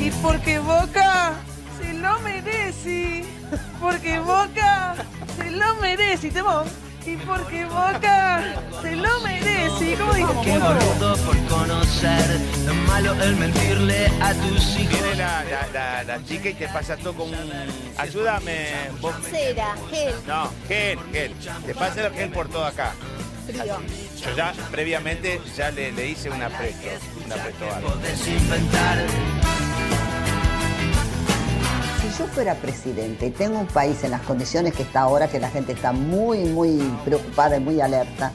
Y porque Boca se lo merece. Porque Boca se lo merece. Temón. Y porque Boca se lo merece. ¿Cómo dijo Qué boludo por conocer, lo malo es mentirle a tus hijos. Viene la, la, la, la chica y te pasa todo con un... Ayúdame, vos... Cera, gel, No, gel, gel. Te pasa el gel por todo acá. frío. Yo ya previamente ya le, le hice una presto, una presto algo. Podés inventar, Si yo fuera presidente y tengo un país en las condiciones que está ahora, que la gente está muy, muy preocupada y muy alerta,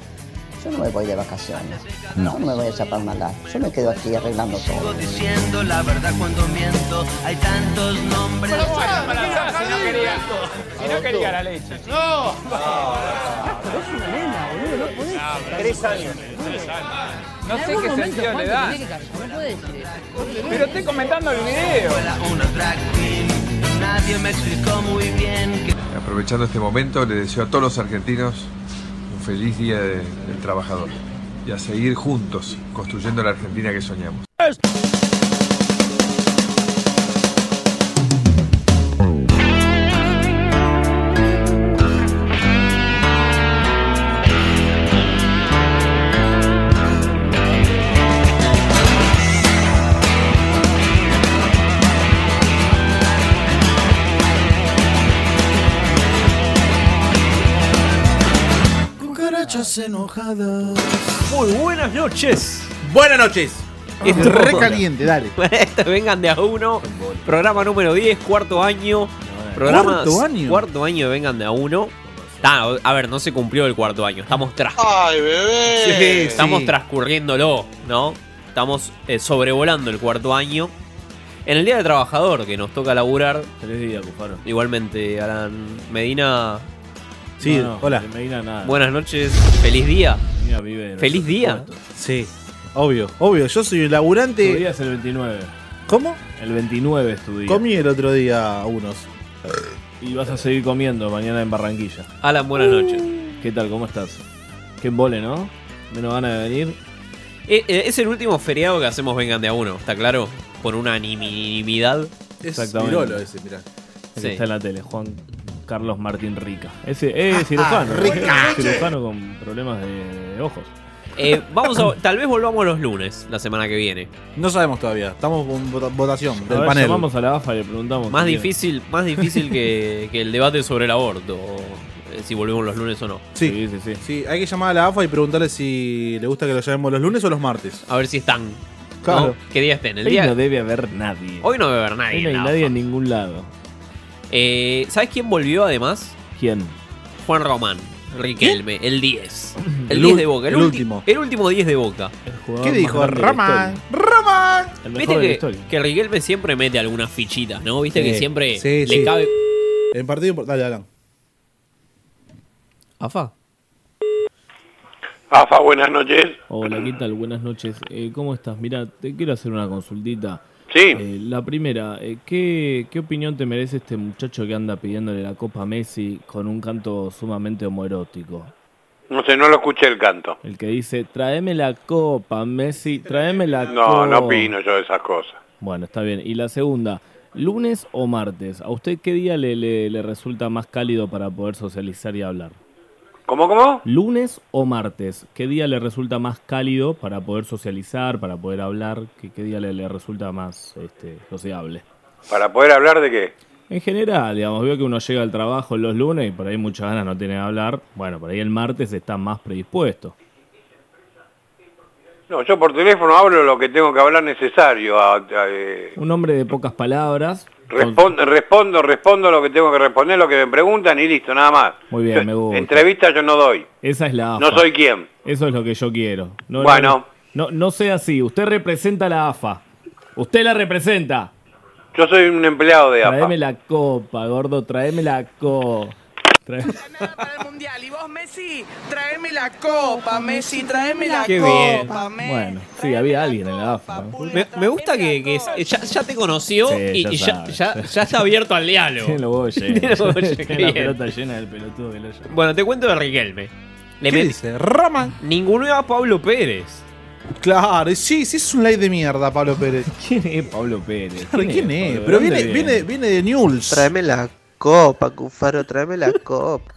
yo no me voy de vacaciones. No. no me voy a Chapalmalá. Yo me quedo aquí arreglando sigo todo. diciendo la verdad cuando miento. Hay tantos nombres. No sé qué sentido le da. Pero estoy comentando el video. Hola, una drag queen. Nadie me explicó muy bien que Aprovechando este momento, le deseo a todos los argentinos un feliz Día de- del Trabajador y a seguir juntos construyendo la Argentina que soñamos. Muy buenas noches. Buenas noches. Ah, Esto es recaliente, dale. Esto es Vengan de a uno. Programa número 10, cuarto año. Programa ¿Cuarto año? cuarto año de Vengan de a uno. Tá, o- a ver, no se cumplió el cuarto año. Estamos tras. Ah, Estamos transcurriéndolo, ¿no? Estamos eh, sobrevolando el cuarto año. En el Día del Trabajador, que nos toca laburar, Feliz día, Cufaro. igualmente, Alan Medina, Sí, hola. buenas noches, feliz día. Feliz día. Sí, obvio, obvio. Yo soy un laburante. es el 29. ¿Cómo? El 29 es tu día. Comí el otro día unos. Y vas a seguir comiendo mañana en Barranquilla. Alan, buenas noches. Uh. ¿Qué tal? ¿Cómo estás? Qué embole, ¿no? Menos ganas de venir. Eh, eh, es el último feriado que hacemos Vengan de a uno, ¿está claro? Por unanimidad. Exactamente. ese, mirá. El que Sí. está en la tele, Juan Carlos Martín Rica. Ese es cirujano. Ah, Rica. Cirujano con problemas de, de ojos. Eh, vamos a, tal vez volvamos los lunes, la semana que viene. No sabemos todavía. Estamos con vota- votación A del ver, panel. Llamamos a la AFA y le preguntamos. Más si viene. difícil, más difícil que, que el debate sobre el aborto, o, eh, si volvemos los lunes o no. Sí. Sí, sí, sí. Sí, hay que llamar a la AFA y preguntarle si le gusta que lo llamemos los lunes o los martes. A ver si están. ¿no? Claro. ¿Qué día estén? El Ahí no día. debe haber nadie. Hoy no debe haber nadie. Ahí no en hay la nadie en AFA. ningún lado. Eh, ¿Sabes quién volvió además? ¿Quién? Juan Román, Riquelme, el 10. El El 10 ul- de Boca, el, el último. último. El último 10 de Boca. El jugador ¿Qué más dijo? grande de la Ramán. historia. Ramán. El mejor de la Viste que, historia. que Riquelme siempre mete algunas fichitas, ¿no? Viste Sí. que siempre Sí, le sí. cabe. En partido impor- Dale, Alan. ¿Afa? AFA, buenas noches. Hola, ¿qué tal? Buenas noches. Eh, ¿Cómo estás? Mira, te quiero hacer una consultita. Sí. Eh, la primera, eh, ¿qué, qué opinión te merece este muchacho que anda pidiéndole la copa a Messi con un canto sumamente homoerótico? No sé, no lo escuché el canto. El que dice, tráeme la copa, Messi, tráeme la copa. No, no opino yo de esas cosas. Bueno, está bien. Y la segunda, ¿lunes o martes? ¿A usted qué día le, le- le resulta más cálido para poder socializar y hablar? ¿Cómo, cómo? ¿Lunes o martes? ¿Qué día le resulta más cálido para poder socializar, para poder hablar? ¿Qué, qué día le, le resulta más este, sociable? ¿Para poder hablar de qué? En general, digamos, veo que uno llega al trabajo los lunes y por ahí muchas ganas no tiene de hablar. Bueno, por ahí el martes está más predispuesto. No, yo por teléfono hablo lo que tengo que hablar necesario. a- a- eh, Un hombre de pocas palabras. con- respondo, respondo, respondo lo que tengo que responder, lo que me preguntan y listo, nada más. Muy bien, me gusta. Entrevista yo no doy. Esa es la AFA. No soy quien. Eso es lo que yo quiero. No, Bueno. No, no, no sea así. Usted representa a la AFA. Usted la representa. Yo soy un empleado de AFA. Traeme la copa, gordo. Traeme la copa. Trae- Nada para el mundial. Y vos, Messi, tráeme la copa, Messi, tráeme la Qué bien. copa, Messi. Bueno, sí, había alguien en la AFA. ¿no? Me, me gusta que, que es- ya, ya te conoció Sí, y, ya y ya, sabe. ya- ya está abierto al diálogo. Tiene los huevos llenos. Tiene los huevos llenos, Tiene la bien. pelota llena del pelotudo que lo llama. Bueno, te cuento de Riquelme. Le ¿Qué met- dice? Roman. Ninguno a Pablo Pérez. Claro, y sí, sí es un like de mierda, Pablo Pérez. ¿Quién es Pablo Pérez? Claro, ¿Quién Pablo? es? ¿De Pero dónde viene, viene, viene de News. Tráeme la copa, Cufaro, tráeme la copa.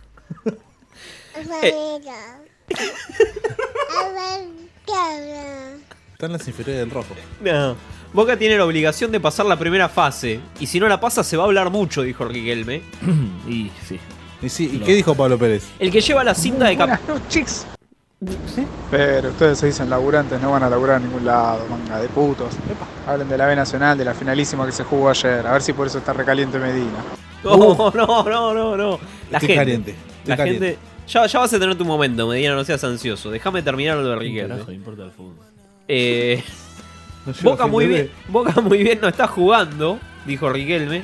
Están las inferiores del rojo. No. Boca tiene la obligación de pasar la primera fase. Y si no la pasa, se va a hablar mucho, dijo Riquelme. Y sí. Y, sí, ¿y qué dijo Pablo Pérez? El que lleva la cinta de cap- Pero ustedes se dicen laburantes, no van a laburar a ningún lado, manga de putos. Hablen de la B Nacional, de la finalísima que se jugó ayer, a ver si por eso está recaliente Medina. No, no, no, no, no. La Estoy gente. caliente. estoy La caliente. gente. Ya, ya vas a tener tu momento, Medina, no seas ansioso. Déjame terminar lo de ¿Qué Riquelme. carajo le importa el fútbol? Eh, No llega Boca a fin muy de bien. Boca muy bien no está jugando, dijo Riquelme.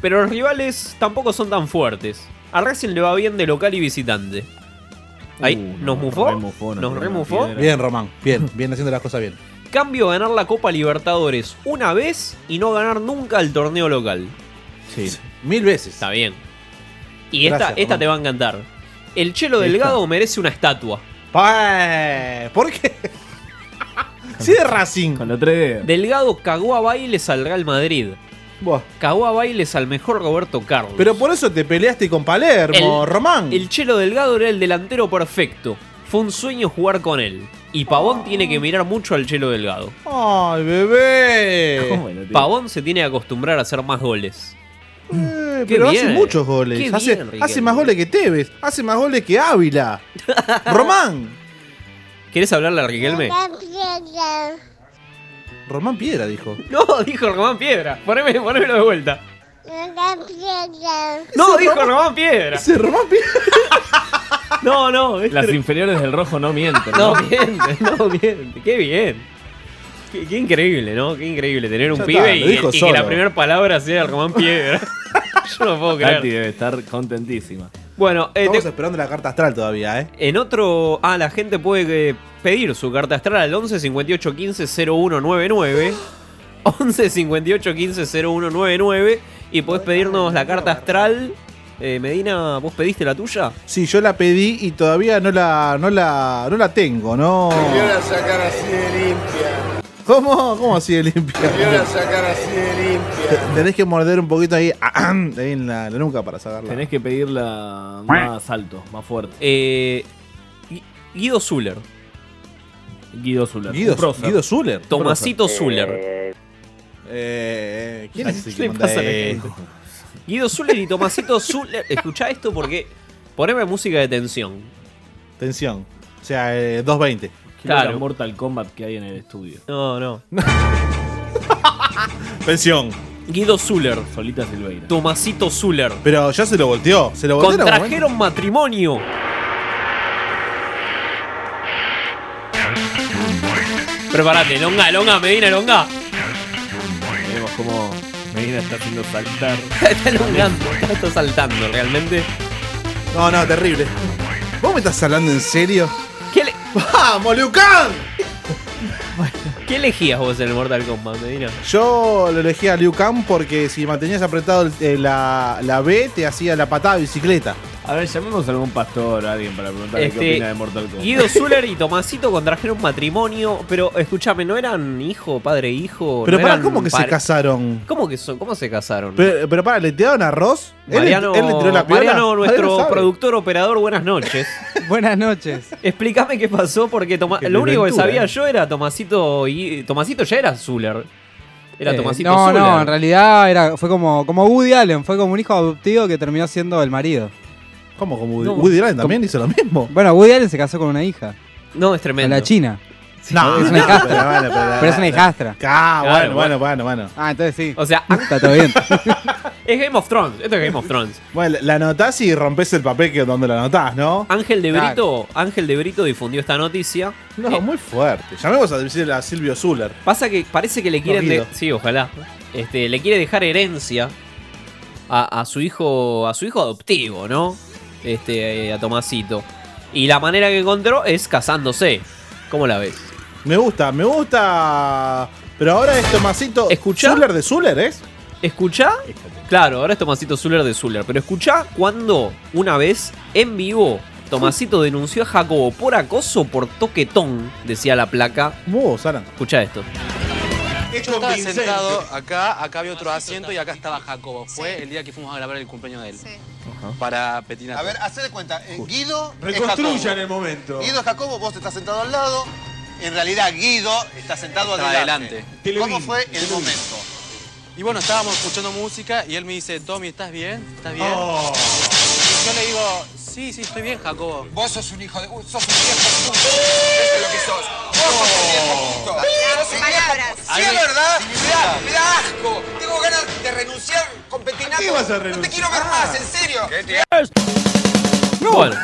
Pero los rivales tampoco son tan fuertes. A Racing le va bien de local y visitante. Ahí, Uh, ¿nos mufó? remufó, ¿Nos tiró una remufó? piedra. Bien, Román. Bien, bien haciendo las cosas bien. Cambio ganar la Copa Libertadores una vez y no ganar nunca el torneo local. Sí. Mil veces. Está bien. Y esta, Gracias, esta Román. te va a encantar. El Chelo Esta. Delgado merece una estatua. Pa- Pues, ¿Por qué? sí, de Racing. Con los 3 d Delgado cagó a bailes al Real Madrid. Buah. Cagó a bailes al mejor Roberto Carlos. Pero por eso te peleaste con Palermo, El- Román. El Chelo Delgado era el delantero perfecto. Fue un sueño jugar con él. Y Pavón tiene que mirar mucho al Chelo Delgado. Ay, bebé. ¿Cómo lo tiene? Pavón se tiene que acostumbrar a hacer más goles. Eh, Qué pero hace bien. muchos Qué goles. bien, Hace, Riquelme. hace más goles que Tevez. Hace más goles que Ávila. Román. ¿Querés hablarle a Riquelme? Román Piedra dijo. No, dijo Román Piedra. Poneme, ponémelo de vuelta. No, dijo Román Piedra. Ese Román Piedra. No, no. este- Las inferiores del rojo no mienten. No ¿no? miente, no miente. Qué bien. Qué, qué increíble, ¿no? Qué increíble tener un Ya pibe está, lo y, dijo y que solo. la primera palabra sea Román Piedra. Yo no puedo Katy creer. debe estar contentísima. Bueno, eh, te- Estamos esperando la carta astral todavía, ¿eh? En otro. Ah, la gente puede eh, pedir su carta astral al 11 58 15 0199. 11 58 15 0199. Y podés pedirnos la carta astral. Eh, Medina, ¿vos pediste la tuya? Sí, yo la pedí y todavía no la, no la, no la tengo, ¿no? sacar así de limpia, ¿Cómo? ¿Cómo así de limpia? sacar así de limpia. Tenés que morder un poquito ahí, ah, ahí en la, la nuca para sacarla. Tenés que pedirla más alto, más fuerte. Eh, Gui- Guido Zuller. Guido Zuller. Guido, un prócer. Guido Zuller. Tomasito Zuller. Eh, eh, ¿Quién es ese ¿Qué que le manda pasa a la eso? gente? Guido Zuller y Tomasito Zuller. Escuchá esto porque. Poneme música de tensión. Tensión. O sea, eh, 220. Quiero Claro. la Mortal Kombat que hay en el estudio. No, no. Tensión. Guido Zuller. Solita Silveira. Tomasito Zuller. Pero ya se lo volteó. Se lo volteó. en algún momento. Contrajeron matrimonio. Prepárate, longa, longa, Medina, longa. Vemos cómo Medina está haciendo saltar. Está elongando, está saltando realmente. No, no, terrible. ¿Vos me estás hablando en serio? ¿Qué, le- ¡Vamos, Liucan! qué elegías vos en el Mortal Kombat, Medina? Yo lo elegí a Liu Kang porque si mantenías apretado el- eh, la, la B, te hacía la patada de bicicleta. A ver, llamemos a algún pastor, a alguien para preguntarle Este, qué opina de Mortal Kombat. Guido Zuller y Tomasito contrajeron matrimonio, pero escúchame, ¿no eran hijo, padre, hijo? Pero ¿No para, eran ¿cómo que se pare- casaron? ¿Cómo que son? ¿Cómo se casaron? Pero, pero para, ¿le tiraron arroz? ¿Él le- Mariano, ¿Él, le tiró la piola? Mariano, Nadie lo nuestro sabe. productor operador, buenas noches. Buenas noches. Explícame qué pasó, porque Toma- Qué lo único que desventura, sabía eh. yo era Tomasito y. Tomasito ya era Zuller. Era Eh, Tomasito no, Zuller. no, en realidad era, fue como, como Woody Allen, fue como un hijo adoptivo que terminó siendo el marido. ¿Cómo? ¿Como Woody, No. Woody Allen también hizo lo mismo? Bueno, Woody Allen se casó con una hija, No, es con tremendo. la china, No, es una hijastra. pero bueno, pero- pero es una hijastra. Ah, Claro, bueno, bueno, bueno, bueno. Ah, entonces sí, O sea, está todo bien. es Game of Thrones. Esto es Game of Thrones. Bueno, la anotás y rompes el papel que donde la anotás, ¿no? Ángel de Claro. Brito, Ángel de Brito difundió esta noticia. No, Eh, muy fuerte. Llamemos a decirle a Silvio Zuller. Pasa que parece que le quieren. Corrido. de- sí, ojalá. Este, le quiere dejar herencia a, a su hijo. a su hijo adoptivo, ¿no? este, eh, a Tomasito. Y la manera que encontró es casándose. ¿Cómo la ves? Me gusta, me gusta. Pero ahora es Tomasito. ¿Escuchá? Zuller de Zuller, ¿es? ¿Escuchá? Claro, ahora es Tomasito Zuller de Zuller. Pero escuchá cuando, una vez, en vivo, Tomasito denunció a Jacobo por acoso por toquetón, decía la placa. Escucha esto. Yo estaba sentado acá, acá había otro asiento y acá estaba Jacobo. Fue el día que fuimos a grabar el cumpleaños de él. Para Petina. A ver, haced de cuenta. eh, Guido. es Reconstruyan Jacobo. el momento. Guido es Jacobo, vos estás sentado al lado. En realidad, Guido está sentado Estaba adelante. adelante. Te lo ¿Cómo vi, fue te el lo vi. momento? Y bueno, estábamos escuchando música y él me dice, Tommy, ¿estás bien? ¿Estás bien? Oh. Y yo le digo, sí, sí, estoy bien, Jacobo. Vos sos un hijo de... sos un viejo puto. Eso es lo que sos. Vos sos un viejo puto. Vos sos un viejo puto. Sí, Ahí es me- verdad. sí, Me da, mira. me da asco. Tengo ganas de renunciar con Petinato. ¿A qué vas a No te renunciar? Ah. quiero ver más, en serio. Bueno,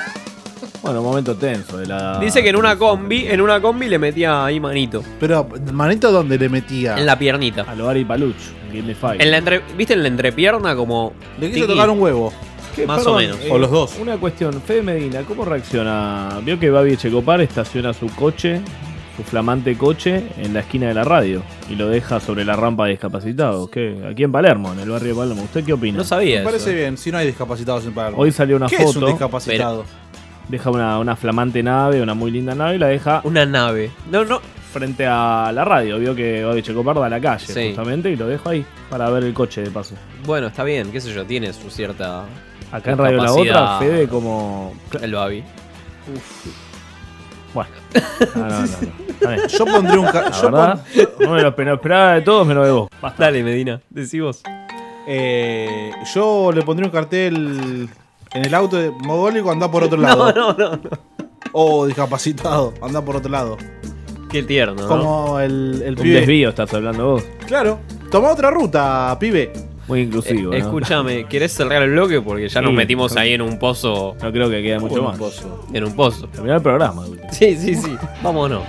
Bueno, momento tenso de la. dice que en una combi, en una combi le metía ahí manito. Pero, ¿manito dónde le metía? Ah. En la piernita. A lo y Paluch, Game Fight. En la entre- ¿Viste en la entrepierna como. Le quiso tocar un huevo. Que, Más perdón, o menos. eh, Una cuestión, Fede Medina, ¿cómo reacciona? Vio que Babi Checopar estaciona su coche, su flamante coche, en la esquina de la radio y lo deja sobre la rampa de discapacitados. ¿Qué? Aquí en Palermo, en el barrio de Palermo. ¿Usted qué opina? Me parece bien, si no hay discapacitados en Palermo. Hoy salió una ¿Qué foto. es un discapacitado? Deja una, una flamante nave, una muy linda nave, y la deja. Una nave. No, no. Frente a la radio. Vio que Babi Checopar da a la calle, Sí. justamente, y lo dejo ahí para ver el coche de paso. Bueno, está bien, qué sé yo, tiene su cierta. Acá en Radio La Otra, capacidad. Fede como. El Babi. Bueno. No, no, no, no. Está bien. Yo pondré un ca- La yo verdad, No me lo esper- no esperaba de todos menos de vos. Dale, Medina, decí vos. Eh, yo le pondría un cartel en el auto de Mogólico, anda por otro lado. No, no, O discapacitado, anda por otro lado. Qué tierno. ¿no? Como el, el Un pibe. desvío estás hablando vos. Claro, toma otra ruta, pibe. Muy inclusivo. Eh, ¿no? Escúchame, ¿querés cerrar el bloque? Porque ya Sí, nos metimos está ahí en un pozo. No creo que quede mucho En un más. pozo. En un pozo. Terminar el programa. güey. Sí, sí, sí. Vámonos.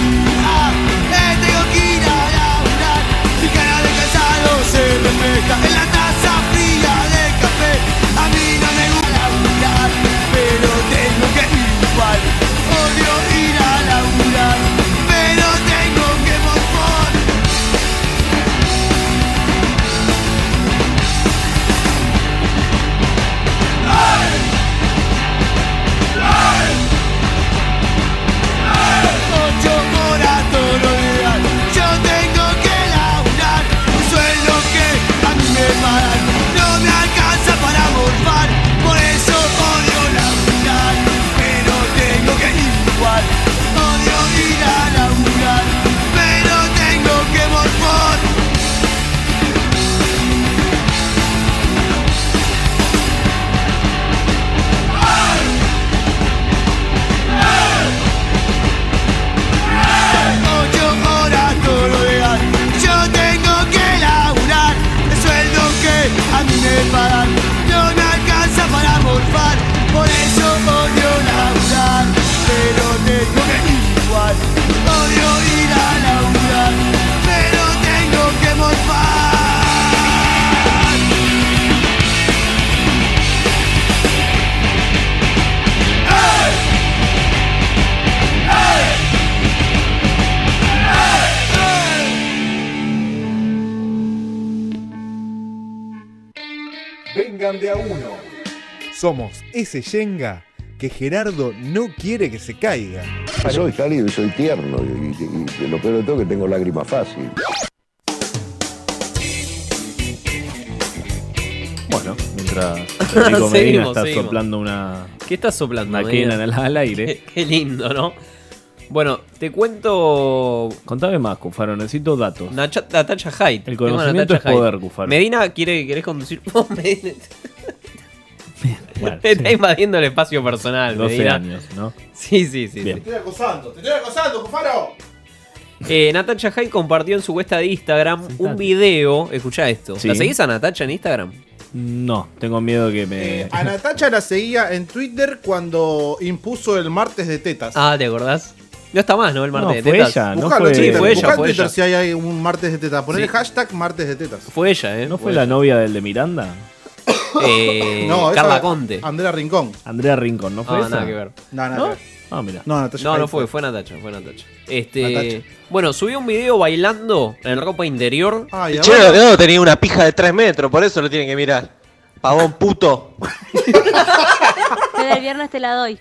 Eh, tengo que ir a laburar Mi cara de cansado se me mezcla En la taza fría de café A mí no me gusta laburar Pero tengo que ir igual Odio ir a laburar Pero tengo que morfar Ocho horas todos los días. Yo tengo que laburar Un sueldo que a mí me pagan No me alcanza para morfar Por eso odio laburar Pero tengo que ir igual Odio ir a laburar Pero tengo que morfar Ocho horas todos los días. Yo tengo que laburar El sueldo que a mí me pagan No me alcanza para morfar Por eso odio laburar Pero tengo que ir igual Odio ir a laburar Pero tengo que morfar Vengan de a uno. Somos ese Yenga que Gerardo no quiere que se caiga. Soy cálido y soy tierno. Y, y- y lo peor de todo es que tengo lágrimas fácil. Bueno, mientras Federico Seguimos, Medina está seguimos. soplando una. ¿Qué estás soplando? Una Medina? quena en el- al aire. Qué, qué lindo, ¿no? Bueno, te cuento. Contame más, Cufaro, necesito datos. Nacha- Natacha Hyde. El Tengo a conocimiento Natacha es Hyde. poder, Cufaro. Medina, quiere, ¿querés conducir? Vos, Medina. Bueno, Te está invadiendo el espacio personal, 12 Medina. años, ¿no? Sí, sí, sí. Bien. sí. Te estoy acosando, te estoy acosando, Cufaro. Eh, Natacha Hyde compartió en su cuesta de Instagram un video. Escuchá esto. Sí. ¿La seguís a Natacha en Instagram? No, tengo miedo que me. A Natacha la seguía en Twitter cuando impuso el martes de tetas. Ah, ¿te acordás? No está más, ¿no? El martes No, de fue tetas. ella, no Buscalo en fue- Twitter, fue ella, buscá en fue Twitter ella. si hay algún martes de tetas. Poner Sí. el hashtag martes de tetas. Fue ella, ¿eh? ¿No fue la novia del de Miranda? Eh, No, esa- Carla Conte. Andrea Rincón. Andrea Rincón, ¿no fue Ah, esa? nada que ver. No, ¿No? nada. Ah, mira. No, Natacha No, no Hyde fue, fue Natacha, fue Natacha. Este, Natacha. Bueno, subió un video bailando en ropa interior. Ay, Che, Delgado tenía una pija de 3 metros, por eso lo tienen que mirar. Pavón puto. Pero el viernes te la doy.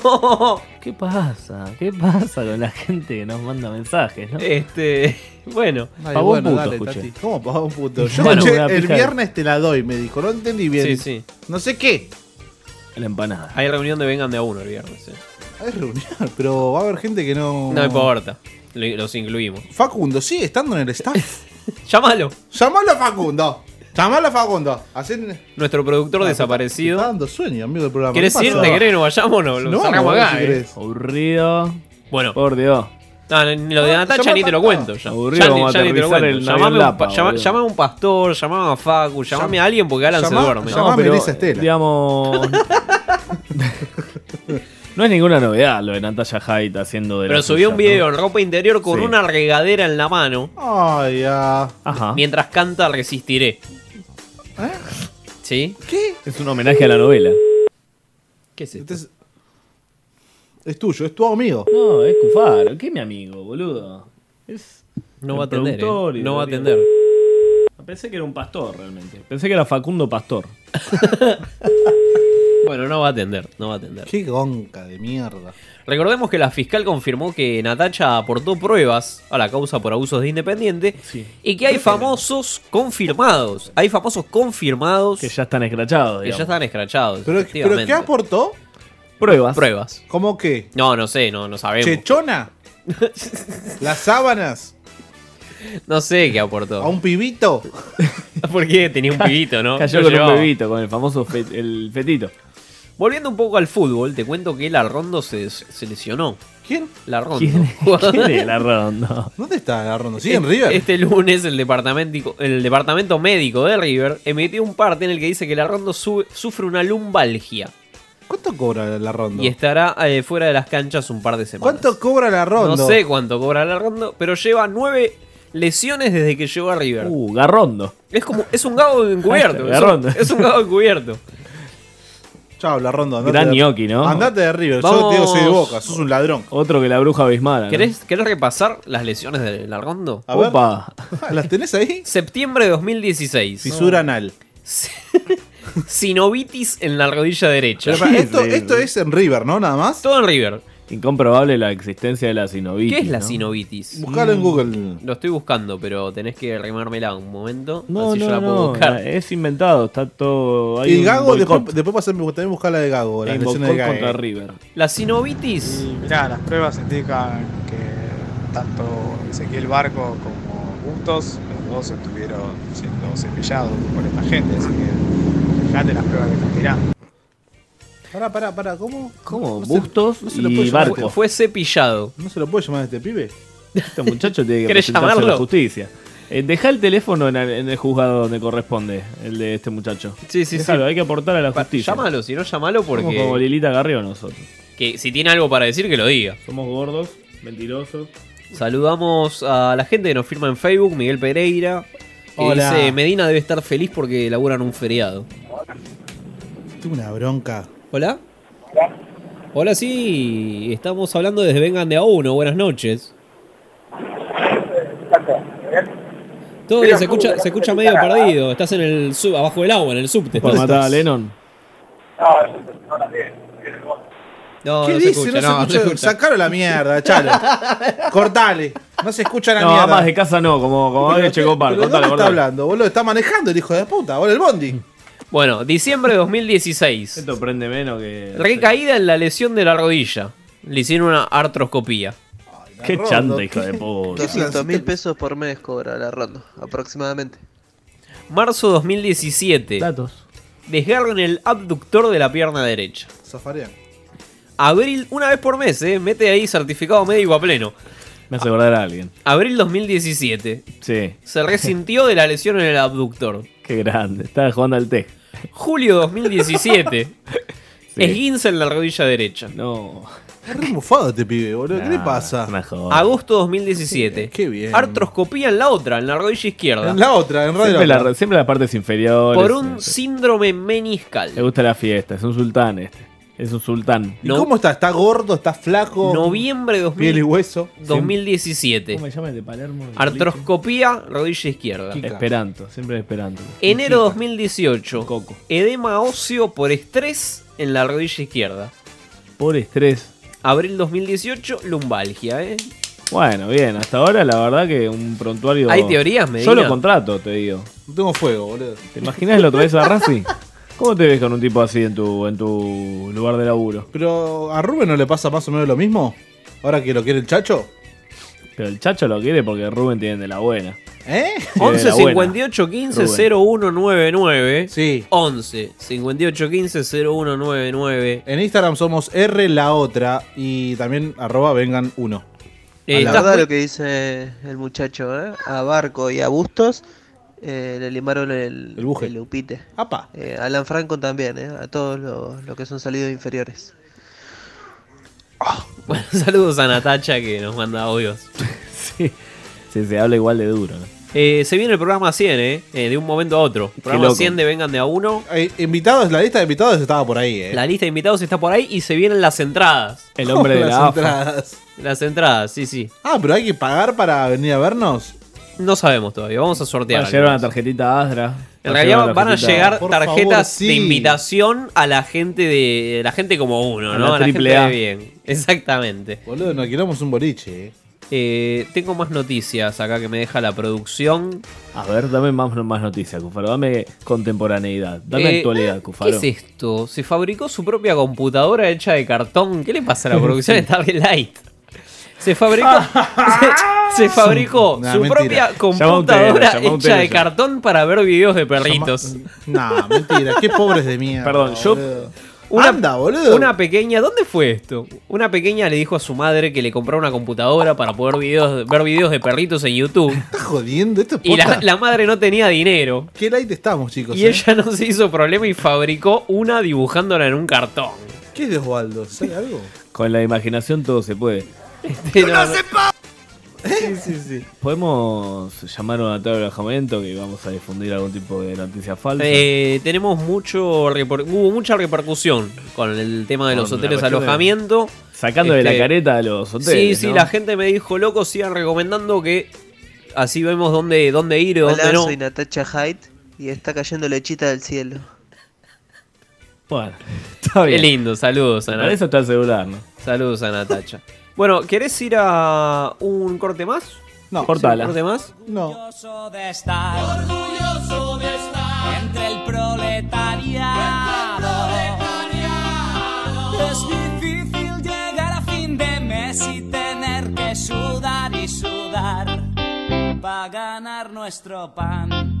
¿Qué pasa? ¿Qué pasa con la gente que nos manda mensajes, no? Este, bueno. Ay, Pagó bueno, un puto, dale, escuché. Tati. ¿Cómo pagó un puto? Yo Bueno, escuché, una el pija de- viernes te la doy, me dijo. No entendí bien. Sí, sí. No sé qué. La empanada. Hay reunión de vengan de a uno el viernes. eh. Hay reunión, pero va a haber gente que Oh. no. No importa. Lo- Los incluimos. Facundo sigue estando en el staff. Llámalo. Llámalo a Facundo. Llámalo a Facundo. Hacen... Nuestro Ah, productor desaparecido. Está dando sueño, amigo del programa. ¿Querés ¿Qué pasa? irte? ¿Querés que nos vayamos o no? Lo No, cerramos no, acá, si eh. querés. Aburrido. Bueno. Por Dios. No, ni Ah, Ah, lo de Natacha ni te lo cuento. Ya, Aburrido, ya ni- vamos a ya ni te lo aterrizar cuento. el Llamame, Navidad un, pa- Lapa, llama- boludo. llamame a un pastor, llamame a Facu, llamame a alguien porque Alan Llama- se duerme. llamame No, pero, a Melissa Estela. Digamos. No es ninguna novedad lo de Natalia Hyde haciendo de la Pero subió suya, un video ¿no? en ropa interior con Sí. una regadera en la mano Ay, ah. Ajá. mientras canta Resistiré. ¿Sí? ¿Eh? ¿Qué? Es un homenaje a la novela. ¿Qué es esto? Es tuyo, es tu amigo. No, es Cufaro. ¿Qué es mi amigo, boludo? Es. No el va a atender, productor eh. y No va a de- atender. Pensé que era un pastor realmente. Pensé que era Facundo Pastor. Bueno, no va a atender, no va a atender. Qué gonca de mierda. Recordemos que la fiscal confirmó que Natacha aportó pruebas a la causa por abusos de Independiente y que hay famosos confirmados. Hay famosos confirmados que ya están escrachados. Que ya están escrachados. Pero, ¿Pero qué aportó? Pruebas. Pruebas. ¿Cómo qué? No, no sé, no, no sabemos. ¿Chechona? ¿Las sábanas? No sé qué aportó. ¿A un pibito? Porque tenía un pibito, ¿no? Cayó Lo con llevaba. un bebito, con el famoso fe- el fetito. Volviendo un poco al fútbol, te cuento que Larrondo se, se lesionó. ¿Quién? Larrondo. ¿Quién, quién es la ronda? ¿Dónde está la ronda? Este- Este lunes el departamento, el departamento médico de River emitió un parte en el que dice que Larrondo su- sufre una lumbalgia ¿Cuánto cobra la ronda? y estará eh, fuera de las canchas un par de semanas. ¿Cuánto cobra la ronda? No sé cuánto cobra Larrondo, pero lleva nueve lesiones desde que llegó a River. Uh, Garrondo. Es como es un gago encubierto. es, Garrondo. un, es un gago encubierto. Chao, la ronda. andate Gran de- gnocchi, ¿no? Andate de River. Yo Vamos. te digo, soy de boca. Sos un ladrón. Otro que la bruja Bismara. ¿no? ¿Querés, querés repasar las lesiones de Larrondo? A ver. Opa. ¿Las tenés ahí? Septiembre de 2016. Fisura anal. Sinovitis en la rodilla derecha. Pero para- esto, esto es en River, ¿no? Nada más. Todo en River. Incomprobable la existencia de la sinovitis. ¿Qué es la ¿no? Mm. sinovitis? Buscalo en Google. Lo estoy buscando, pero tenés que remármela un momento. No, así no, yo la puedo no, eh, buscar. la- es inventado, está todo. hay Y un Gago, después, boicot. después pasame- también buscar la de Gago. La Hay un lesión de boicot Gago. contra River. La sinovitis. Mirá, las pruebas indican que tanto Ezequiel Barco como Bustos, los dos estuvieron siendo cepillados por esta gente, así que fíjate las pruebas que estás mirando. Pará, pará, pará. ¿Cómo? ¿Cómo? No se- Bustos no se lo puede y llamar. este. Barco. Fue cepillado. ¿No se lo puede llamar a este pibe? Este muchacho tiene que ¿Querés presentarse a la llamarlo? justicia. Eh, deja el teléfono en el, en el juzgado donde corresponde, el de este muchacho. Sí, sí, Dejalo, sí. hay que aportar a la justicia. Llámalo, si no, llámalo Somos porque. como Lilita Garrido nosotros. Que si tiene algo para decir, que lo diga. Somos gordos, mentirosos. Saludamos a la gente que nos firma en Facebook, Miguel Pereira. Que Hola. dice: Medina debe estar feliz porque laburan un feriado. Tengo una bronca. Hola. Hola, sí. Estamos hablando desde Vengan de a uno. Buenas noches. Todo bien, se escucha, se escucha medio perdido. Estás en el sub, abajo del agua, en el subte. Por estás. matar a Lennon. Ah, No, ¿Qué no se dice? escucha, no, no, no se escucha. Sacalo la mierda, echalo. Cortale. No se escucha la No, mierda. amas de casa no, como, como Pero de Checopar. ¿pero de Contale, dónde está contale. hablando, boludo? Está manejando el hijo de puta, boludo, el bondi. Bueno, diciembre de 2016. Esto prende menos que. Recaída en la lesión de la rodilla. Le hicieron una artroscopía. Qué chanta, hijo de Oh, puta. 200 mil pesos por mes cobra la ronda, aproximadamente. Marzo 2017. Datos. Desgarro en el abductor de la pierna derecha. Zafarian. Abril, una vez por mes, ¿eh? Mete ahí certificado médico a pleno. Me hace acordar a alguien. Abril 2017. Sí. Se resintió de la lesión en el abductor. Qué grande. Estaba jugando al TEG. Julio 2017. Esguince en la rodilla derecha. No. Está re mufado este pibe, boludo. ¿Qué le Nah, pasa? Ah, Agosto 2017. Qué bien. Artroscopía en la otra, en la rodilla izquierda. En la otra, en radio. Ah. Siempre, la, siempre las partes inferiores. Por un síndrome meniscal. Le gusta la fiesta. Es un sultán este. Es un sultán. ¿Y cómo está? ¿Está gordo? ¿Está flaco? Noviembre 2000, Piel y hueso. 2017. ¿Cómo me llaman de Palermo? Artroscopía, rodilla izquierda. Esperanto. Siempre esperando. Enero 2018. Edema óseo por estrés en la rodilla izquierda. Por estrés. Abril 2018, lumbalgia, ¿eh? Bueno, bien. Hasta ahora, la verdad que un prontuario. Hay teorías, Medina. Yo lo contrato, te digo. No tengo fuego, boludo. ¿Te imaginas lo traes a Rafi? ¿Cómo te ves con un tipo así en tu, en tu lugar de laburo? Pero a Rubén no le pasa más o menos lo mismo. Ahora que lo quiere el chacho. Pero el chacho lo quiere porque Rubén tiene de la buena. ¿Eh? Tiene de 11 la buena. 58 15 Rubén. 0199. Sí. 11 58 15 0199. En Instagram somos R la otra y también arroba vengan uno. Eh, A la- La verdad lo que dice el muchacho, ¿eh? A Barco y a Bustos eh, le limaron el, buje. el upite. Eh, Apa. Alan Franco también, ¿eh? A todos los, los que son salidos inferiores. Bueno, saludos a Natacha que nos manda audios. sí. Sí, se habla igual de duro. ¿no? Eh, se viene el programa 100, ¿eh? Eh, de un momento a otro. Programa loco. 100 de Vengan de a uno. Eh, invitados, la lista de invitados estaba por ahí, eh. La lista de invitados está por ahí y se vienen las entradas. El hombre de Las la AFA. entradas. Las entradas, sí, sí. Ah, pero hay que pagar para venir a vernos. No sabemos todavía, vamos a sortear. Va a llegar una algunas. tarjetita En Asdra. Va a llegar realidad una van a tarjetita- llegar Por favor, tarjetas de sí. invitación a la gente de la gente como uno, A ¿no? la A la gente triple A. de bien. Exactamente. Boludo, nos quilamos un boliche, eh. Eh, tengo más noticias acá que me deja la producción. A ver, dame más, más noticias, Cufaro. Dame contemporaneidad. Eh, Dame actualidad, Cufaro. ¿Qué es esto? Se fabricó su propia computadora hecha de cartón. ¿Qué le pasa a la producción? Está bien light. Se fabricó, Ah. se, se fabricó Nah, su mentira. propia Llama a un tele, computadora llama a un hecha tele de ya. cartón para ver videos de perritos. Nah, mentira, qué pobres de mierda. Perdón, yo- boludo. Una, Anda, boludo. Una pequeña, ¿dónde fue esto? Una pequeña le dijo a su madre que le comprara una computadora para poder videos, ver videos de perritos en YouTube. ¿Estás jodiendo? Esto es Y la, posta. la madre no tenía dinero. Qué light estamos, chicos. Y eh. ella no se hizo problema y fabricó una dibujándola en un cartón. ¿Qué es de Osvaldo? ¿Sabe algo? Con la imaginación todo se puede. Este, no, no. Sí, sí, sí. ¿Podemos llamar a un atado de alojamiento que vamos a difundir algún tipo de noticia falsa? Eh, tenemos mucho reper- hubo mucha repercusión con el tema de Con los la hoteles cuestión de- alojamiento. Sacando de la Este, careta a los Sí, hoteles. sí, ¿no? la gente me dijo, loco, sigan recomendando que así vemos dónde, dónde ir o Hola, dónde no. soy Natacha Hyde y está cayendo lechita del cielo. Bueno, está Qué bien. lindo, saludos a Para Natacha. eso está el celular, ¿no? Saludos a Natacha. Bueno, ¿querés ir a un corte más? No. Cortala. ¿Un corte más? No. de estar orgulloso de estar entre el proletariado. Es difícil llegar a fin de mes y tener que sudar y sudar para ganar nuestro pan.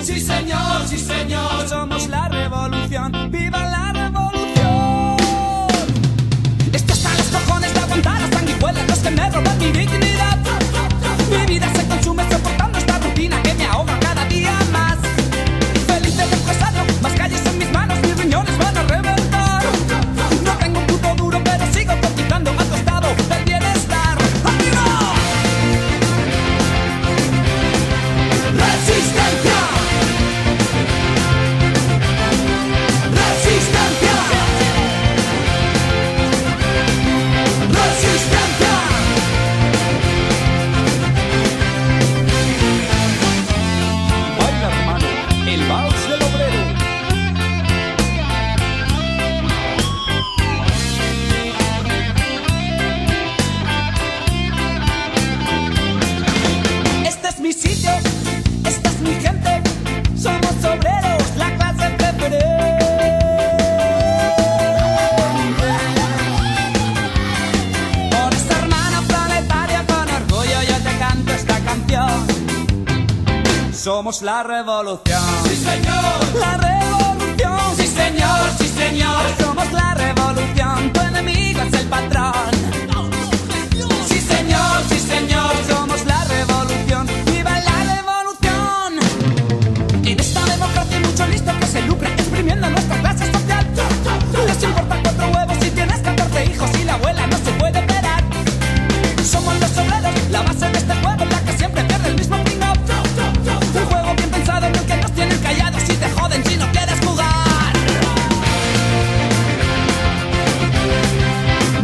Sí, señor, sí, señor. Somos la revolución. ¡Viva la revolución! Estos están los cojones de aguantar las sanguijuelas, los que me roban mi dignidad. Mi vida se consume soportando esta rutina que me ahoga cada día más. Feliz de fracasado, más calles en mis manos, mis riñones van a reventar. No tengo un puto duro, pero sigo cotizando al costado del bienestar. ¡Arriba! ¡Resistencia! ¡Resistencia! Este ellos. Esta es mi gente, somos obreros, la clase preferente. Por esta hermana planetaria con orgullo yo te canto esta canción. Somos la revolución. Sí, señor. La revolución. Sí, señor, sí, señor. Somos la revolución. Tu enemigo es el patrón. Sí, señor, sí, señor. Somos la revolución. ¡Viva la revolución! En esta democracia hay mucho listo que se lucra exprimiendo nuestra clase social. Les importa cuatro huevos si tienes 14 hijos y la abuela no se puede operar. Somos los obreros, la base de este juego en la que siempre pierde el mismo pingao. Un juego bien pensado en el que nos tienen callados y te joden si no quieres jugar.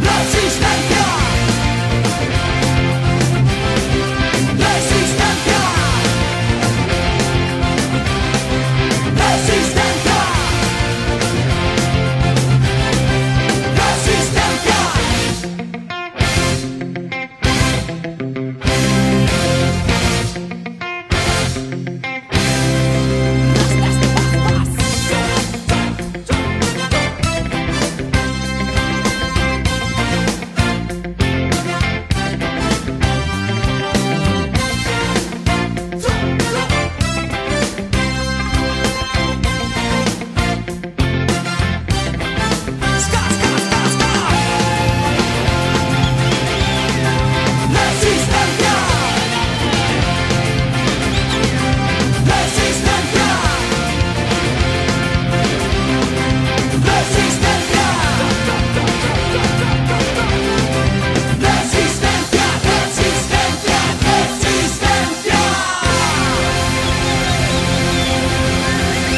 Resistencia. Resistencia. Resistencia. Resistencia. Resistencia. Resistencia. Resistencia. Resistencia. Resistencia. Resistencia.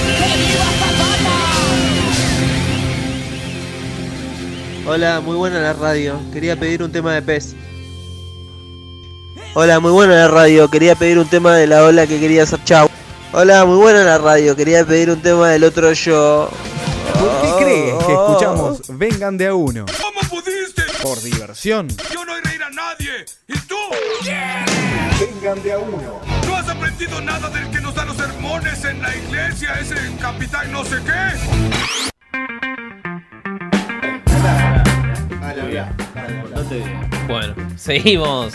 ¡Que viva Zapata! Hola, muy buena la radio. Quería pedir un tema de pez. Hola, muy buena la radio. Quería pedir un tema de la ola que quería hacer chau. Hola, muy buena la radio. Quería pedir un tema del otro yo. ¿Por qué crees que Oh. escuchamos Vengan de a uno? ¿Cómo pudiste? Por diversión. Yo no iré a ir a nadie. ¿Y tú? Vengan de a uno. ¿No has aprendido nada del que nos da los sermones en la iglesia? Ese capitán no sé qué. Ah, Bueno, seguimos.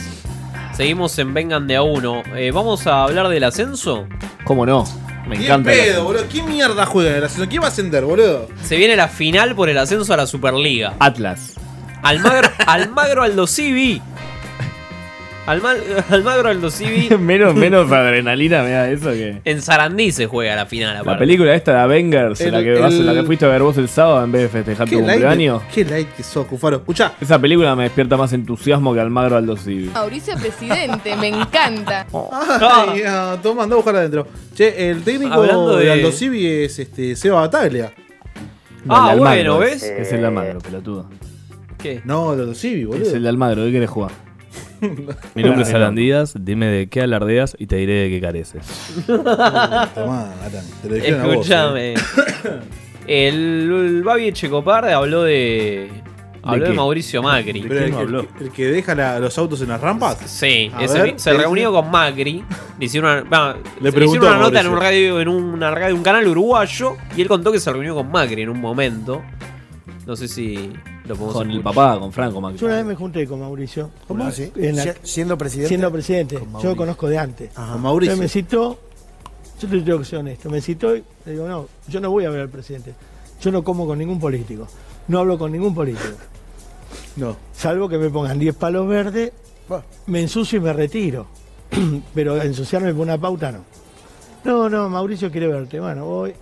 Seguimos en Vengan de a uno. Eh, Vamos a hablar del ascenso. ¿Cómo no? Me Ni encanta en el pedo, boludo. ¿Qué mierda juega en el ascenso? ¿Quién va a ascender, boludo? Se viene la final por el ascenso a la Superliga. Atlas. Almagro, Almagro Aldo Civi. Alma- Almagro Aldo Civi. menos, menos adrenalina me da eso que. En Sarandí se juega la final, La aparte. película esta, la Vengers, El- la, que vas- el- la que fuiste a ver vos el sábado en vez de festejar tu Qué light, cumpleaños. qué light que sos, Cufaro. Escucha. Esa película me despierta más entusiasmo que Almagro Aldo Civi. Mauricio Presidente, me encanta. Ay, ah, toma, anda a buscar adentro. Che, el técnico Hablando de, de- Aldo Civi es este, Seba Bataglia. No, el de Ah, Almagro, bueno, es- ¿ves? Es el de Almagro, pelotudo. ¿Qué? No, el Aldo Civi, boludo. Es el de Almagro, ¿qué querés jugar? Mi nombre es Alan Díaz, dime de qué alardeas y te diré de qué careces. Tomá, Alan, te lo dijeron a vos, Escúchame. eh. El, el Babi Checopar habló de. Habló de, qué? Mauricio Macri. Pero el, el- el que deja la- los autos en las rampas. Sí, A ese ver, vi- se ¿qué reunió con Macri. Le hicieron una, va, le preguntó hicieron una a nota en, Mauricio. un radio, en una radio, un canal uruguayo. Y él contó que se reunió con Macri en un momento. No sé si lo podemos Con el escuchar. papá, con Franco Macri. Yo una vez me junté con Mauricio. ¿Cómo? Sí. Si- ¿Siendo presidente? Siendo presidente. Yo Mauricio. lo conozco de antes. Con Mauricio. Entonces me citó, yo te digo que soy honesto, me citó y le digo, no, yo no voy a ver al presidente. Yo no como con ningún político. No hablo con ningún político. No. Salvo que me pongan 10 palos verdes, me ensucio y me retiro. Pero ensuciarme por una pauta no. No, no, Mauricio quiere verte. Bueno, voy.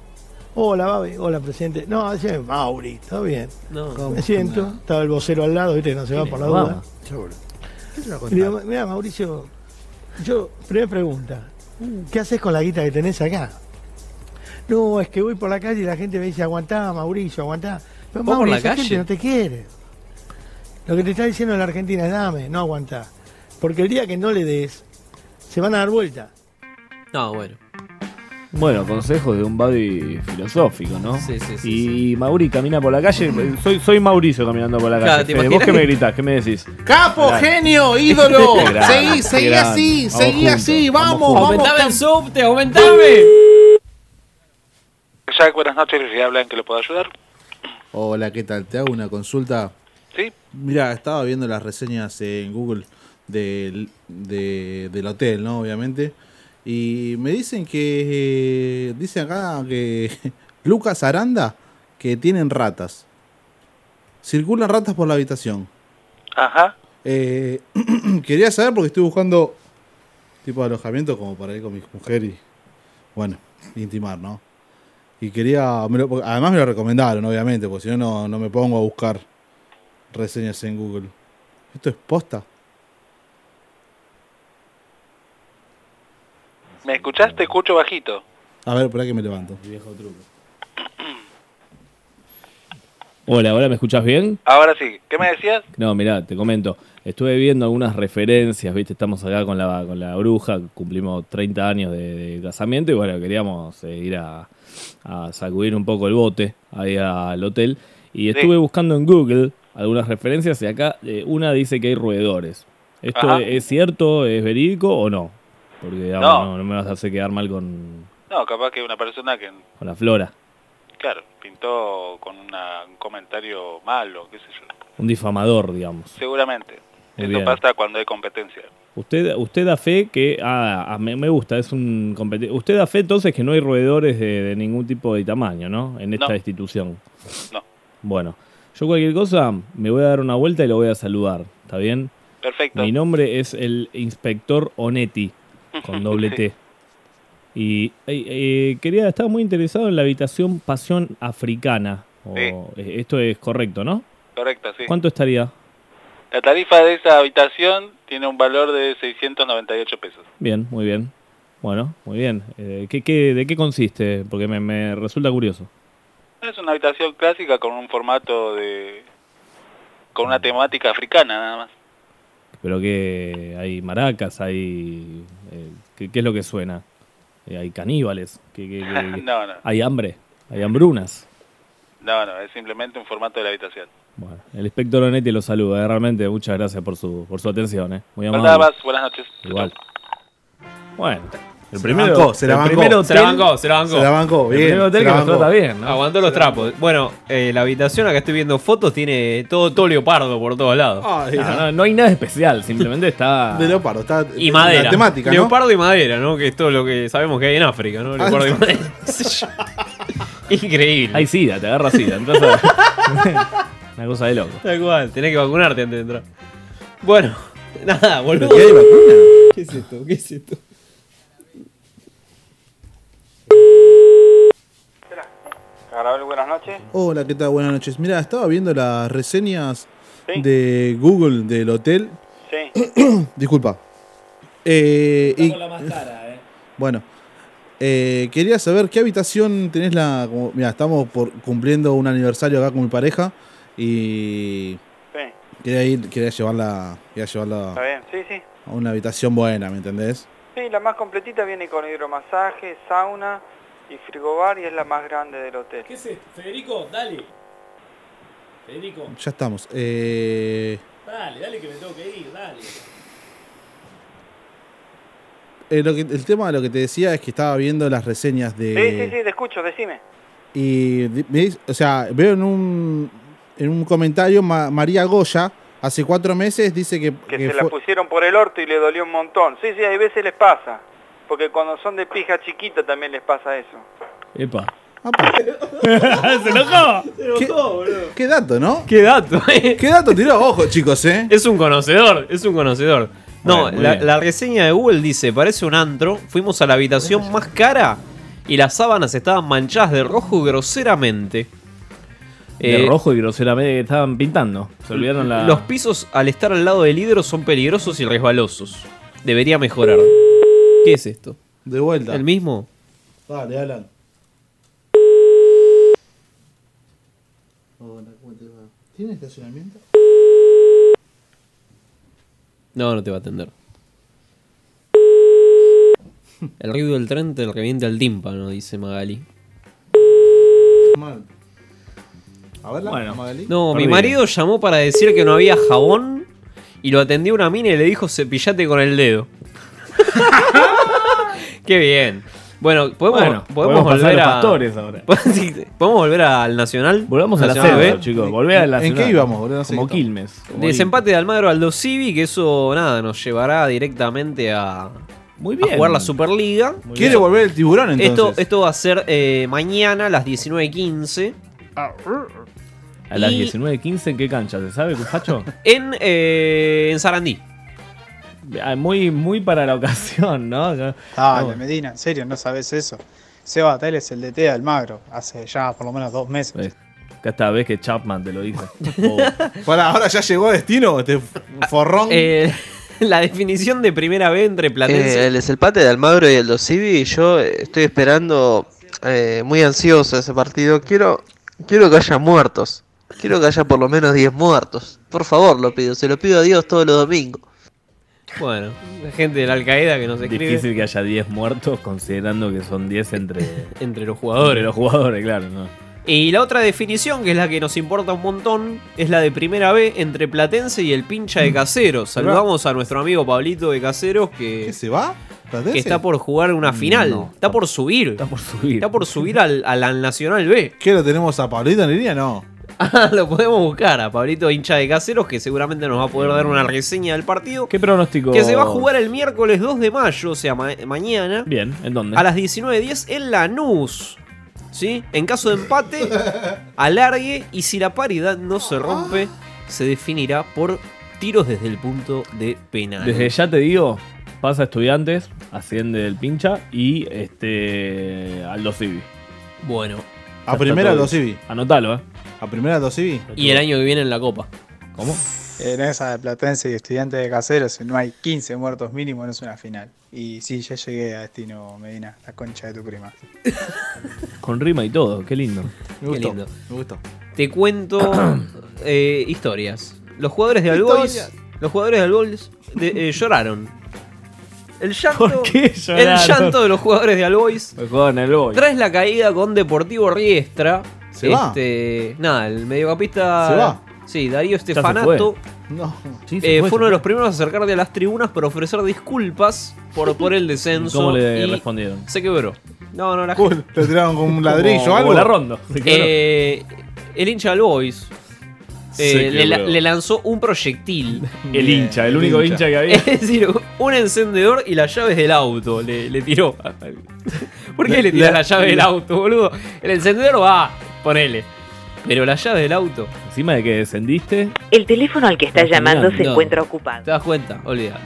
Hola, Babi. Hola, presidente. No, decime, Mauri, todo bien. No. Me siento. Estaba el vocero al lado, viste, no se va ¿Quién por es? la duda. Obama. Y le digo, mira, Mauricio, yo, primera pregunta. ¿Qué haces con la guita que tenés acá? No, es que voy por la calle y la gente me dice, aguantá, Mauricio, aguantá. Pero, ¿Vos por Mauri, la esa calle? gente no te quiere. Lo que te está diciendo la Argentina es dame, no aguantá. Porque el día que no le des, se van a dar vuelta. No, bueno. Bueno, consejos de un buddy filosófico, ¿no? Sí, sí, sí, Y Mauri camina por la calle. Soy, soy Mauricio caminando por la Claro, calle. ¿te Fede, ¿Vos imaginas qué me que- gritás? ¿Qué me decís? ¡Capo, Grande. genio, ídolo! Qué grande, seguí, qué seguí grande. así, Vamos seguí juntos, así, vamos, vamos. Aumentame cam- el subte, aumentame. Jack, buenas noches, le habla en que le puedo ayudar. Hola, ¿qué tal? Te hago una consulta. Sí. Mira, estaba viendo las reseñas en Google del, de- del hotel, ¿no? Obviamente. Y me dicen que. eh, Dice acá que. Lucas Aranda, que tienen ratas. Circulan ratas por la habitación. Ajá. Eh, quería saber porque estoy buscando tipo de alojamiento como para ir con mi mujer y. Bueno, intimar, ¿no? Y quería. me lo- porque además me lo recomendaron, obviamente, porque si no, no, no me pongo a buscar reseñas en Google. ¿Esto es posta? ¿Me escuchás? Te escucho bajito. A ver, por que me levanto. Hola, hola, ¿me escuchás bien? Ahora sí, ¿qué me decías? No, mirá, te comento. Estuve viendo algunas referencias, ¿viste? Estamos acá con la, con la bruja, cumplimos 30 años de, de casamiento y bueno, queríamos eh, ir a, a sacudir un poco el bote ahí al hotel. Y estuve buscando en Google algunas referencias y acá eh, una dice que hay roedores. ¿Esto Ajá. es cierto, es verídico o no? Porque digamos, No. no. no me vas a hacer quedar mal con, No, capaz que una persona que, con la flora. claro, pintó con una- un comentario malo, qué sé yo. Un difamador, digamos. Seguramente. Muy Eso bien. pasa cuando hay competencia. Usted, usted da fe que. Ah, ah, me, me gusta, es un competente. Usted da fe entonces que no hay roedores de, de ningún tipo de tamaño, ¿no? En esta No. institución. No. Bueno, yo cualquier cosa me voy a dar una vuelta y lo voy a saludar, ¿está bien? Perfecto. Mi nombre es el inspector Onetti, con doble Sí. T. Y eh, eh, quería, estaba muy interesado en la habitación Pasión Africana. O- Sí. eh, Esto es correcto, ¿no? Correcto, sí. ¿Cuánto estaría? La tarifa de esa habitación tiene un valor de 698 pesos. Bien, muy bien. Bueno, muy bien. Eh, ¿qué, qué, de qué consiste? Porque me, me resulta curioso. Es una habitación clásica con un formato de... con una temática africana nada más. Pero que hay maracas, hay... eh, ¿qué, qué es lo que suena? Eh, ¿Hay caníbales? ¿Qué- qué- qué- qué? No, no. ¿Hay hambre? ¿Hay hambrunas? No, no, es simplemente un formato de la habitación. Bueno, el inspector Onetti lo saluda. eh, Realmente muchas gracias por su, por su atención. Eh. Muy amable. Nada más, buenas noches. Igual. Bueno. El Se primero, bancó, se la el bancó. primer hotel- Se la bancó, se la bancó. el primer hotel que nos trata bien, ¿no? Aguantó los trapos. Bueno, eh, la habitación, acá estoy viendo fotos, tiene todo, todo leopardo por todos lados. Ay, No, no, no hay nada especial, simplemente está... De leopardo, está Y madera. la temática, ¿no? Ah, Leopardo y madera, ¿no? Que es todo lo que sabemos que hay en África, ¿no? Leopardo y madera. Increíble. Hay sida, te agarra sida. Entras a- Una cosa de loco. Tal cual, tenés que vacunarte antes de entrar. Bueno, nada, boludo. ¿Pero qué hay vacuna? ¿Qué es esto? ¿Qué es esto? Carabel, buenas noches. Hola, ¿qué tal? Buenas noches. Mira, estaba viendo las reseñas Sí. de Google del hotel. Sí. Disculpa. Eh, y- cara, eh. Bueno, eh, quería saber qué habitación tenés la. Mira, estamos por, cumpliendo un aniversario acá con mi pareja y Sí. quería ir, quería llevarla, quería Está llevarla bien, sí, sí. a una habitación buena, ¿me entendés? Sí, la más completita viene con hidromasaje, sauna y frigobar y es la más grande del hotel. ¿Qué es esto? Federico, dale. Federico, Ya estamos. Eh, dale, dale que me tengo que ir, dale. eh, lo que- el tema de lo que te decía es que estaba viendo las reseñas de. Sí, sí, sí, te escucho, decime. Y di- me dice- o sea, veo en un, en un comentario Ma- María Goya, hace cuatro meses, dice que, Que, que se la eh, fue- pusieron por el orto y le dolió un montón. Sí, sí, hay veces les pasa. Porque cuando son de pija chiquita también les pasa eso. Epa. ¿Se enojó? ¿Qué, qué dato, no? ¿Qué dato? ¿Qué dato tiró? Ojo, chicos, ¿eh? Es un conocedor, es un conocedor. No, Bueno, muy la, bien. la reseña de Google dice, parece un antro, fuimos a la habitación más cara y las sábanas estaban manchadas de rojo groseramente. De Eh, rojo y groseramente que estaban pintando. Se olvidaron la. Los pisos al estar al lado del hidro son peligrosos y resbalosos. Debería mejorar. ¿Qué es esto? De vuelta. ¿El mismo? Dale, Alan. ¿Tiene estacionamiento? No, no te va a atender. El ruido del tren te revienta el tímpano, dice Magali. Mal. A verla, Magali. No, mi Perdida. marido llamó para decir que no había jabón y lo atendió una mina y le dijo cepillate con el dedo. Qué bien. Bueno, podemos, Bueno, podemos, podemos volver pasar a los a. pastores ahora. Sí, ¿Podemos volver al Nacional? Volvamos a la Nacional selva, B. chicos. Volvé a la ¿En qué ciudad. íbamos, boludo? No sé Como qué estamos. Quilmes. como Quilmes. Desempate de Almagro Aldo Civi, que eso nada, nos llevará directamente a, a bien. jugar la Superliga. ¿Quiere Eso- volver el tiburón entonces? Esto, esto va a ser eh, mañana a las 19.15 A las Y- 19.15, ¿en qué cancha? ¿Se sabe, Cufacho? en, eh, en Sarandí. Ah, Muy, muy para la ocasión, ¿no? Acá- Ah, no, Medina, en serio, no sabes eso. Seba Tel es el DT de Almagro, hace ya por lo menos dos meses. Acá está, ves que Chapman te lo dijo. Pará, ahora ya llegó a destino este forrón. Eh, la definición de primera vez entre Platense. Eh, el desempate de Almagro y el Dosivi, yo eh, estoy esperando eh, muy ansioso ese partido. Quiero, quiero que haya muertos. Quiero que haya por lo menos 10 muertos. Por favor, lo pido. Se lo pido a Dios todos los domingos. Bueno, gente de la Al-Qaeda que nos escribe. Difícil que haya 10 muertos, considerando que son 10 entre, entre los jugadores. los jugadores, claro. ¿no? Y la otra definición, que es la que nos importa un montón, es la de primera B entre Platense y el pincha Mm. de Caseros. Saludamos a nuestro amigo Pablito de Caseros que. se va? Que está por jugar una final. está por subir. Está por subir. Está por subir al, al Nacional B. ¿Qué lo tenemos a Pablito en línea? No. Ah, lo podemos buscar a Pablito hincha de Caseros, que seguramente nos va a poder dar una reseña del partido. ¿Qué pronóstico? Que se va a jugar el miércoles 2 de mayo, o sea, ma- mañana. Bien, ¿en dónde? A las 19.10 en Lanús. ¿Sí? En caso de empate, alargue y si la paridad no se rompe, se definirá por tiros desde el punto de penal. Desde ya te digo, pasa estudiantes, asciende el pincha y este Aldo Civi. Bueno. A primera Aldo Civi. Anotalo, eh. A primera Aldo Civi. Y el año que viene en la Copa. ¿Cómo? En esa de Platense y Estudiantes de Caseros, si no hay 15 muertos mínimo, no es una final. Y sí, ya llegué a destino, Medina, la concha de tu prima. Con rima y todo, qué lindo. Qué lindo. Me gustó. Te cuento eh, historias. Los jugadores de Albois. Historias. Los jugadores de Albois de- eh, lloraron. El llanto, lloraron? El llanto de los jugadores de Albois. Juegan el hoy. Tras la caída con Deportivo Riestra. Se va. este, Nada, el mediocampista. Se va. Sí, Darío se Estefanato. No. eh, fue uno de los primeros a acercarte a las tribunas para ofrecer disculpas por, por el ¿Y descenso. ¿Cómo le y respondieron? Se quebró. No, no, la Cool. Te tiraron con un ladrillo o algo. la ronda. Eh, el hincha del Boys eh, Se le, la- quebró. le lanzó un proyectil. El hincha, el El único hincha. hincha que había. Es decir, un encendedor y las llaves del auto le, le tiró. ¿Por qué le tiró La- la llave del la- auto, boludo? El encendedor va, ponele. Pero la llave del auto. Encima de que descendiste. El teléfono al que está llamando se No. encuentra ocupado. ¿Te das cuenta? Olvídate.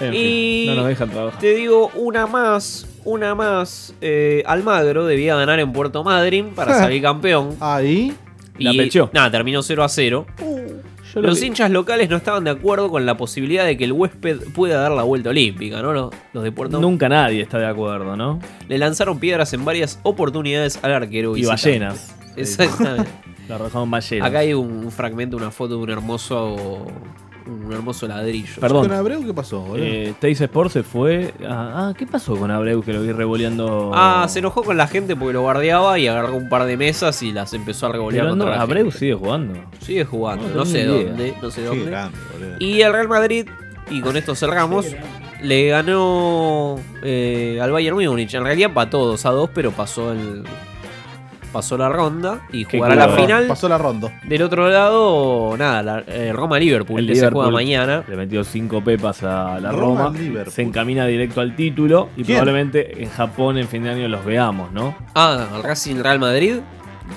En fin, Y- no nos dejan trabajar. Te digo una más, una más. eh, Almagro debía ganar en Puerto Madryn para salir campeón. Ahí. Y, La pechó. Nada, terminó 0 a 0. lo Los vi. hinchas locales no estaban de acuerdo con la posibilidad de que el huésped pueda dar la vuelta olímpica, ¿no? Los, los de Puerto Nunca nadie está de acuerdo, ¿no? Le lanzaron piedras en varias oportunidades al arquero. Y visitante. ballenas. Exactamente. La razón ballenas. Acá hay un fragmento, una foto de un hermoso. Un hermoso ladrillo. Perdón. qué pasó, boludo? Eh, Teis Sport se fue. Ah, ah, ¿qué pasó con Abreu que lo vi revoleando? Ah, se enojó con la gente porque lo guardeaba y agarró un par de mesas y las empezó a regolear Pero no, contra la gente. Abreu sigue jugando. Sigue jugando, No no sé tenía idea. dónde, no sé Qué dónde. grande, boludo. Y el Real Madrid, y con esto cerramos, le ganó eh, al Bayern Múnich. En realidad empató 2 a 2, pero pasó el pasó la ronda y Qué jugará la culo. final. Pasó la ronda. Del otro lado, nada, la- eh, Roma-Liverpool, que se juega mañana. Le metió cinco pepas a la Roma, Roma. Liverpool. se encamina directo al título. Y ¿Quién? probablemente en Japón en fin de año los veamos, ¿no? Ah, el Racing Real Madrid.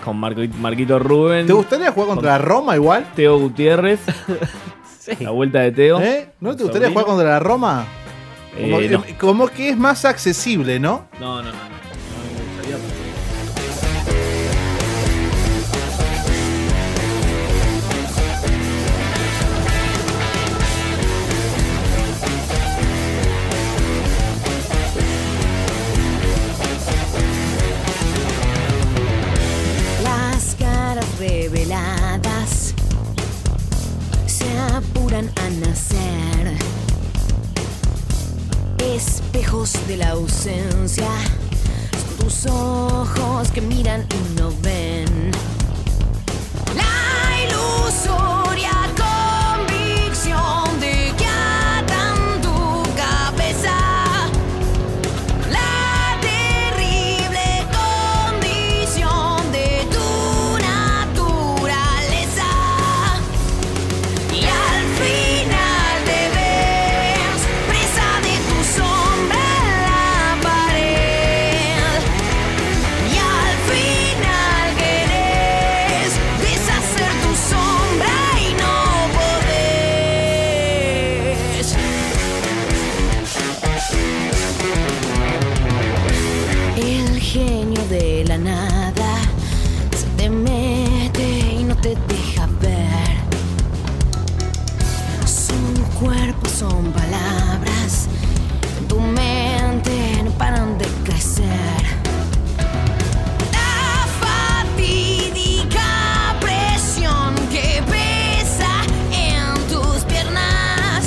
Con Marco- Marquito Rubén. ¿Te gustaría jugar contra la Roma igual? Teo Gutiérrez. La vuelta de Teo. ¿Eh? ¿No te gustaría jugar contra la Roma? Como, Eh, no. eh, como que es más accesible, ¿no? No, no, no. no. Las caras reveladas se apuran a nacer. espejos de la ausencia. Son tus ojos que miran y no ven. La ilusoria convicción de que atan tu cabeza. La terrible condición de tu naturaleza. Y al final te ves presa de tu sombra en la pared. Y al final querés deshacer tu sombra y no podés. El genio de la nada se te mete y no te deja ver. Son cuerpos, son palabras. En tu mente no paran de crecer. La fatídica presión que pesa en tus piernas.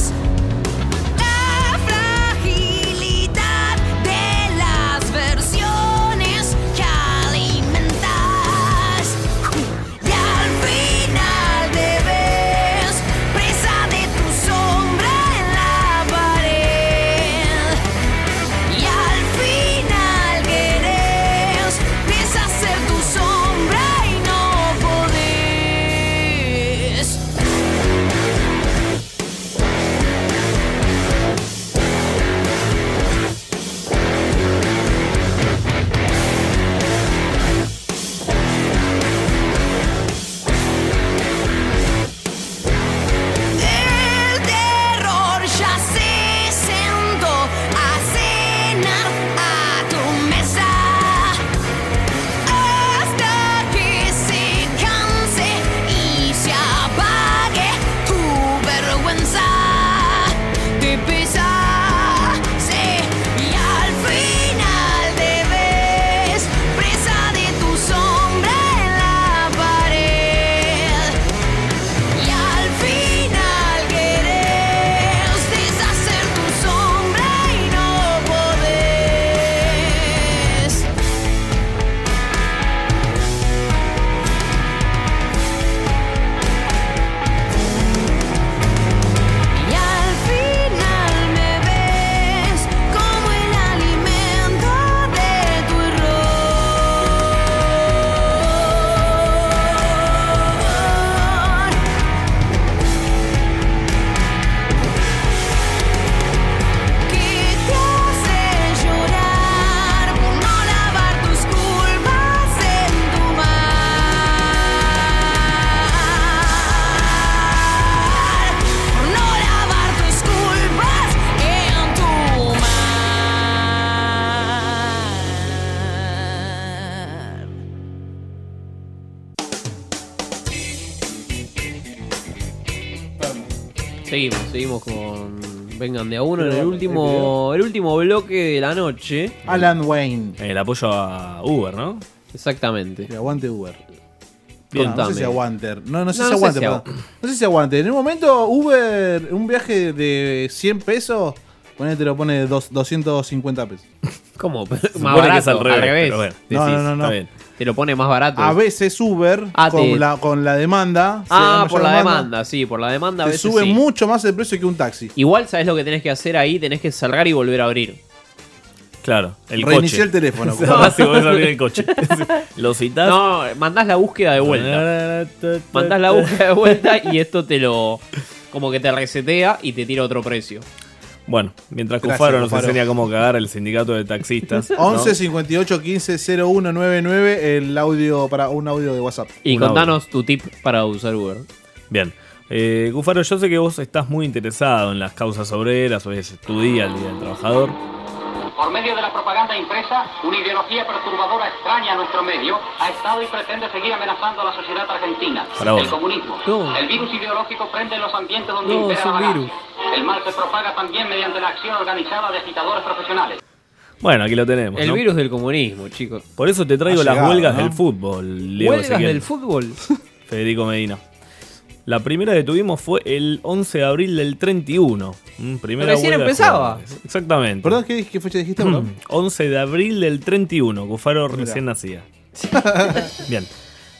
La fragilidad de las versiones que alimentas. Y al final te ves presa de tu sombra en la pared. Y al final querés deshacer tu sombra y no podés. El terror ya se sentó a cenar a tu mesa hasta que se canse y se apague tu vergüenza. Te pesa, sí, y al final te ves presa de tu sombra en la pared. Y al final querés deshacer tu sombra y no podés. Y al final me ves como el alimento de tu error. Que te hace llorar por no lavar tus culpas en tu mar, por no lavar tus culpas en tu mar. Seguimos, seguimos con. Vengan de a uno en el último, el último bloque de la noche. Alan Wayne. El Eh, apoyo a Uber, ¿no? Exactamente. aguante Uber. Bien. Ah, no sé si Contame. aguante. No, no sé si No, no sé aguante. si perdón. no sé si aguante. En un momento, Uber, un viaje de 100 pesos, ponete te lo pone dos- 250 pesos. ¿Cómo? supone Más que barato, es al revés, al revés. pero bueno, No, decís, no, no, no. está bien. Te lo pone más barato. A veces Uber, Ah, con, te- la, con la demanda. si hay ah, mayor por la demanda. sí, por la demanda. a te veces sube sí. mucho más el precio que un taxi. Igual sabes lo que tenés que hacer ahí, tenés que cerrar y volver a abrir. Claro, el Reinicié coche. el teléfono. Cerrás y volvés a abrir el coche. Lo citás. No, mandás la búsqueda de vuelta. mandás la búsqueda de vuelta y esto te lo. Como que te resetea y te tira otro precio. Bueno, mientras Gracias, Cufaro nos Cufaro. enseña cómo cagar el sindicato de taxistas. ¿no? 11 58 15 01 99 el audio para un audio de WhatsApp. Y Un contanos tu tip para usar Uber. Bien. Eh, Cufaro, yo sé que vos estás muy interesado en las causas obreras, hoy es tu día, el Día del Trabajador. Por medio de la propaganda impresa, una ideología perturbadora extraña a nuestro medio ha estado y pretende seguir amenazando a la sociedad argentina. Para vos. El comunismo. No. El virus ideológico prende en los ambientes donde No, impera es la un virus. vagancia. El mal se propaga también mediante la acción organizada de agitadores profesionales. Bueno, aquí lo tenemos. El ¿no? virus del comunismo, chicos. Por eso te traigo Ha las llegado, huelgas ¿no? del fútbol, Diego ¿Huelgas Ezequiel. del fútbol? Federico Medina. La primera que tuvimos fue el 11 de abril del 31. Mm, Primera Recién huelga de empezaba. jugadores. Exactamente. ¿Perdón? ¿Qué, qué fecha dijiste? Mm, perdón? 11 de abril del 31. Cufaro recién nacía. Bien.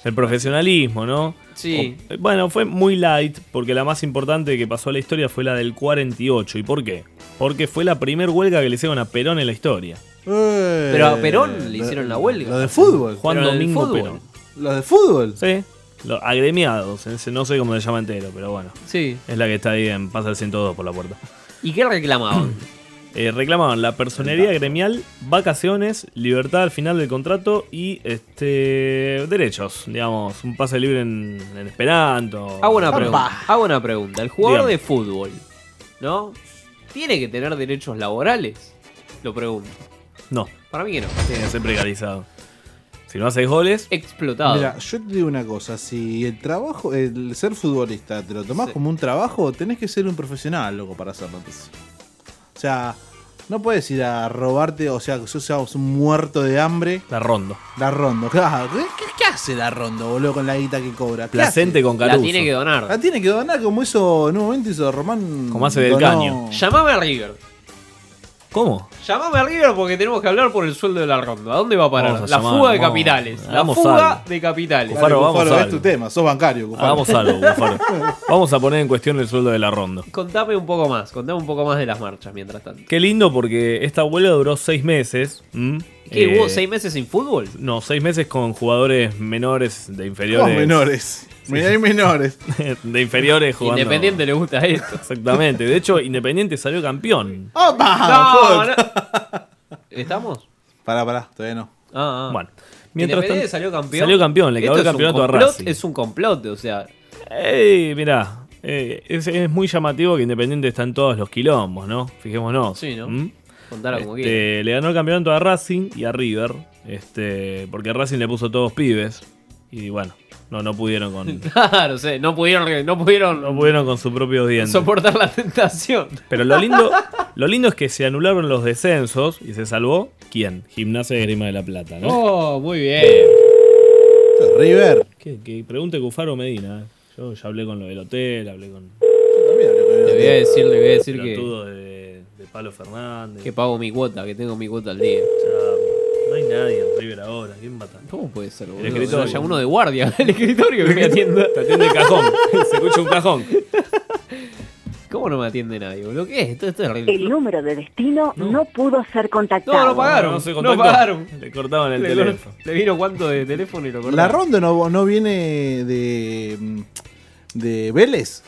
El profesionalismo, ¿no? Sí. O- eh, bueno, fue muy light porque la más importante que pasó a la historia fue la del 48. ¿Y por qué? Porque fue la primer huelga que le hicieron a Perón en la historia. Eh. Pero a Perón le hicieron la huelga. Lo de fútbol. Juan Pero del Domingo fútbol. Perón. ¿Lo de fútbol? Sí. Los agremiados, ese- no sé cómo se llama entero, pero bueno. Sí. Es la que está ahí en Pasa el 102 por la puerta. ¿Y qué reclamaban? Eh, reclamaban la personería gremial, vacaciones, libertad al final del contrato y este derechos, digamos, un pase libre en, en esperanto. Hago una pregunta. Hago una pregunta. El jugador Dígame. de fútbol, ¿no? ¿Tiene que tener derechos laborales? Lo pregunto. No. Para mí que no. Tiene que ser precarizado. Si no haces goles, explotado. Mira, yo te digo una cosa, si el trabajo, el ser futbolista te lo tomás Sí. como un trabajo, tenés que ser un profesional, loco, para hacerlo. entonces. O sea, no puedes ir a robarte, o sea, que sos sos un muerto de hambre. La rondo. La rondo, claro. ¿Qué, qué- qué hace la rondo, boludo, con la guita que cobra? ¿Qué Placente hace? con Caruso. La tiene que donar. La tiene que donar, como hizo en un momento hizo Román. Como hace del donó- Caño. Llamame a River. ¿cómo? Llamame a River porque tenemos que hablar por el sueldo de la ronda. ¿A dónde va a parar? Vamos la a llamar, fuga de vamos. capitales. La Hagamos fuga algo. de capitales. Dale, Cufaro, vamos a es algo. tu tema, sos bancario, Ah. Cufaro. Hagamos algo, Cufaro. Vamos a poner en cuestión el sueldo de la rondo. Contame un poco más. Contame un poco más de las marchas mientras tanto. Qué lindo porque esta huelga duró seis meses. ¿m? ¿Qué, Eh, hubo seis meses sin fútbol? No, seis meses con jugadores menores de inferiores. Todos menores. Mirá, hay menores. de inferiores jugando. Independiente le gusta esto. Exactamente. De hecho, Independiente salió campeón. Ah. No, no. ¿Estamos? Pará, pará, todavía no. Ah, ah. Bueno, mientras Independiente tanto- salió campeón. salió campeón, le Esto cagó el es un campeonato a complot, Racing. Es un complot, o sea. Ey, mirá. eh, es, es muy llamativo que Independiente está en todos los quilombos, ¿no? Fijémonos. Sí, ¿no? ¿Mm? Contala como Este, quieras. le ganó el campeonato a Racing y a River. Este, porque Racing le puso todos pibes. Y bueno, no, no pudieron con. Claro, o sea, no pudieron, no pudieron, no pudieron con sus propios dientes. soportar la tentación. Pero lo lindo, lo lindo es que se anularon los descensos y se salvó. ¿Quién? Gimnasia de Grima de la Plata, ¿no? Oh, muy bien. River. Que, que pregunte Cufaro Medina. eh. Yo ya hablé con lo del hotel, hablé con. Le voy a decir, le voy a decir que, pelotudo de, de Palo Fernández. que pago mi cuota, que tengo mi cuota al día. No hay nadie en River ahora. ¿Quién mata? ¿Cómo puede ser, boludo? escritorio. Haya uno de guardia en el escritorio que me atienda. Te atiende el cajón. Se escucha un cajón. ¿Cómo no me atiende nadie, boludo? ¿Qué es? Esto, esto es horrible. El número de destino no, pudo ser contactado. No, no pagaron. No se No, contactó. pagaron. Le cortaban el Le- teléfono. Le vino cuánto de teléfono y lo cortaron. La ronda no, no viene de. mm, de Vélez.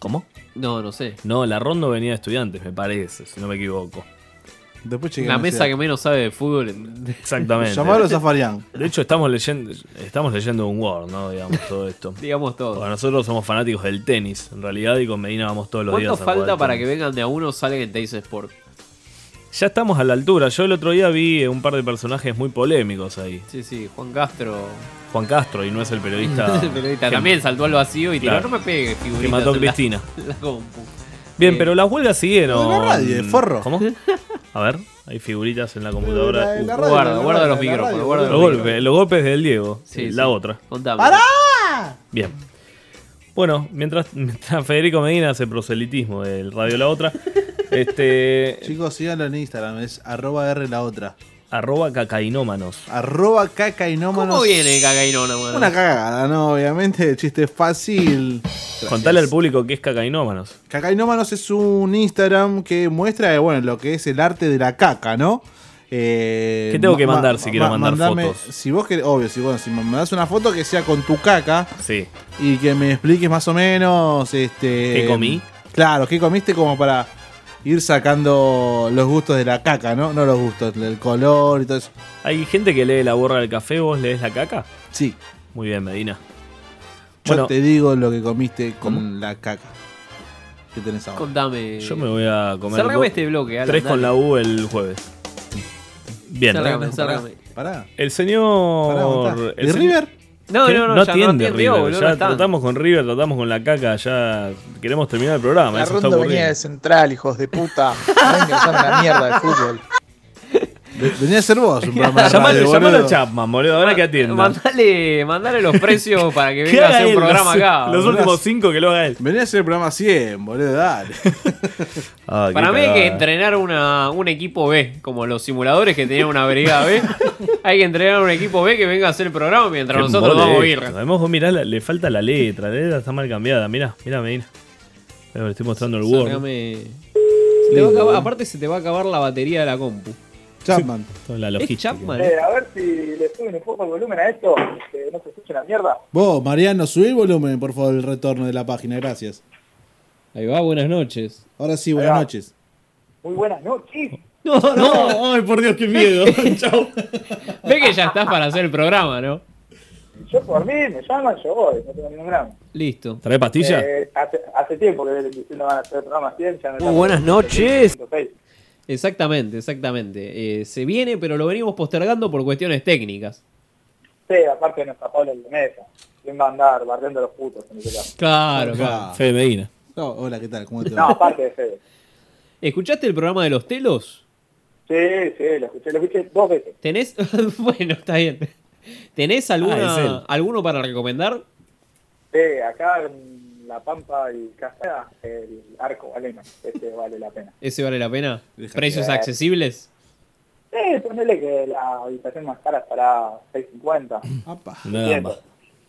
¿Cómo? No, no sé. No, la rondo venía de estudiantes, me parece, si no me equivoco. Después La mesa que menos sabe de fútbol. Exactamente. Llamalo a Zafarian. De hecho, estamos leyendo, estamos leyendo un Word, ¿no? Digamos todo esto. Digamos todo. Porque nosotros somos fanáticos del tenis, en realidad, y con Medina vamos todos los días. ¿Cuánto a jugar falta al para tenis. que vengan de a uno salgan en Teis Sport? Ya estamos a la altura. Yo el otro día vi eh, un par de personajes muy polémicos ahí. Sí, sí, Juan Castro. Juan Castro, y no es el periodista. El periodista que- también saltó al vacío y Claro. tiró, no me pegue, figurita. Que mató a Cristina. Bien, pero las huelgas siguieron. ¿Cómo? A ver, hay figuritas en la computadora. la radio, Guarda, la guarda radio, los la micrófonos, radio. guarda los los, golpes, micrófonos. los golpes del Diego. Sí, la sí. otra. Contame. Bien. Bueno, mientras, mientras Federico Medina hace proselitismo del radio La Otra, este. Chicos, síganlo en Instagram, es arroba R la otra. Arroba cacainómanos. Arroba cacainómanos. ¿Cómo viene Cacainona, mano? Una cagada, ¿no? Obviamente, el chiste es fácil. Contale al público qué es cacainómanos. Cacainómanos es un Instagram que muestra eh, bueno, lo que es el arte de la caca, ¿no? Eh, ¿Qué tengo ma- que mandar ma- si quiero ma- mandar mandame- fotos? Si vos querés, obvio, si, bueno, si me mandás una foto que sea con tu caca Sí. y que me expliques más o menos este, ¿Qué comí? Claro, ¿qué comiste como para ir sacando los gustos de la caca, ¿no? No los gustos, el color y todo eso. Hay gente que lee la borra del café, vos lees la caca. Sí. Muy bien, Medina. Yo Bueno. te digo lo que comiste con la caca. ¿Qué tenés ahora? Contame. Yo me voy a comer. Cerrame go- este bloque, Alan, Tres dale. con la U el jueves. Bien. Cerrame, cerrame. Pará. El señor. ¿Y el señor- River? No, Sí, no, no, ya no atiende atiende, River. boludo, no ya está. tratamos con River, tratamos con la caca, ya queremos terminar el programa. La eso está ronda venía ocurriendo. de central, hijos de puta. Vengan a hacer una mierda de fútbol. Venía a ser vos un programa de Llamalo, radio, llamalo a boludo. Chapman, boludo, ahora que atienda. Mandale, mandale los precios para que Que venga a haga hacer un él programa los- acá. los boludo. últimos cinco que lo haga él. Venía a ser el programa 100, boludo, dale. Ah, Para mí hay que entrenar una, un equipo B, como los simuladores que tenían una brigada B. hay que entrenar un equipo B que venga a hacer el programa mientras Qué nosotros embole vamos a esto. ir. Además, vos mirá, la- le falta la letra. La letra está mal cambiada. Mirá, mirá, Medina. Mirá, le estoy mostrando el Word. Sacame- Se te va a acabar- aparte se te va a acabar la batería de la compu. Chapman. La Es logística. Chapman. Eh, a ver si le suben un poco el volumen a esto, que no se escuche una mierda. Vos, Mariano, subí el volumen, por favor, el retorno de la página, gracias. Ahí va, buenas noches. Ahora sí, buenas noches. Muy buenas noches. No, no, ay, por Dios, qué miedo. Chao. Ve que ya estás para hacer el programa, ¿no? Yo por mí, me llaman, yo voy, no tengo ningún drama. Listo. ¿Trae pastilla? Eh, hace, hace tiempo que no van a hacer programas 100, ya no Muy buenas noches. Exactamente, exactamente. Eh, se viene, pero lo venimos postergando por cuestiones técnicas. Sí, aparte nos tapó el de mesa. ¿Quién va a andar barriendo los putos en este caso? Claro, claro. Fede Medina. No, hola, ¿qué tal? ¿Cómo te No, va? aparte de Fede. ¿Escuchaste el programa de los telos? Sí, sí, lo escuché, lo escuché dos veces. ¿Tenés? bueno, está bien. ¿Tenés alguna, Ah, es él. alguno para recomendar? Sí, acá en La Pampa y Casada, el arco valeno, este vale la pena. ¿Ese vale la pena? ¿Precios que- accesibles? Sí, ponele que la habitación más cara estará 650. Nada,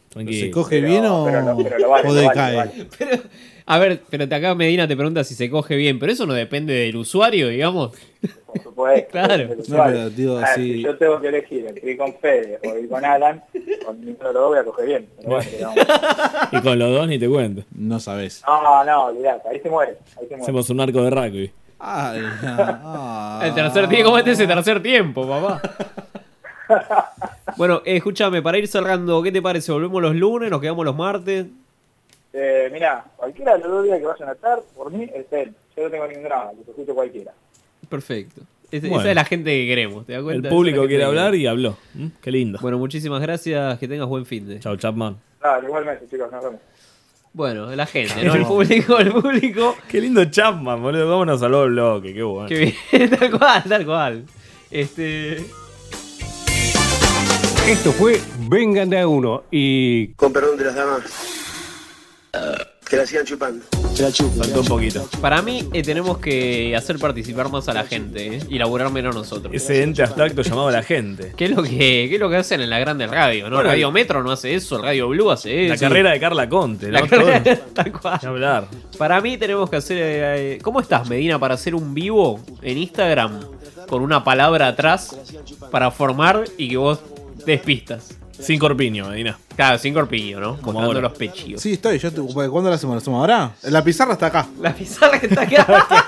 tranquilo. ¿Se coge bien o, o decae? A ver, pero te- acá Medina te pregunta si se coge bien, pero eso no depende del usuario, digamos. Por supuesto. Claro. el No, usuario. pero digo A ver, así- si Ah, yo tengo que elegir entre ir con Fede o ir con Alan, con ninguno de los dos voy a coger bien. Pero bueno, digamos. Y con los dos ni te cuento. No sabes. no, no, olvidate, ahí se muere. Ahí se muere. Hacemos un arco de rugby. El tercer Ah. tiempo, ¿cómo este es el tercer tiempo, papá? bueno, eh, escúchame, para ir cerrando, ¿qué te parece? ¿Volvemos los lunes? ¿Nos quedamos los martes? Eh, mirá, cualquiera de los dos días que vayan a estar, por mí es él. Yo no tengo ningún drama, que se escuche cualquiera. Perfecto. Es- Bueno. Esa es la gente que queremos, ¿te das El cuenta? público quiere hablar y y habló. ¿Mm? Qué lindo. Bueno, muchísimas gracias, que tengas buen fin de. Chao, Chapman. Dale, igualmente, chicos, nos vemos. Bueno, la gente, ¿no? El público, el público. Qué lindo Chapman, boludo. Vámonos al otro bloque, qué bueno. Qué bien, tal cual, tal cual. Este. Esto fue Vengan de a uno y. Con perdón de las damas. Que la sigan chupando. Faltó un poquito. Para mí eh, tenemos que hacer participar más a la gente eh, y laburar menos nosotros. Ese ente abstracto llamado la gente. ¿Qué es lo que, qué es lo que hacen en la grande radio? ¿no? Bueno, radio Metro no hace eso, Radio Blue hace eso. La carrera de Carla Conte, ¿no? La carrera- Todo. tal cual. hablar. Para mí tenemos que hacer... eh, eh, ¿Cómo estás, Medina, para hacer un vivo en Instagram con una palabra atrás para formar y que vos des pistas? Sin corpiño, Medina. Claro, sin corpiño, ¿no? Mostrando ahora. los pechillos. Sí, estoy. Yo te- ¿Cuándo la hacemos? ¿La hacemos ahora? La pizarra está acá. La pizarra que está acá.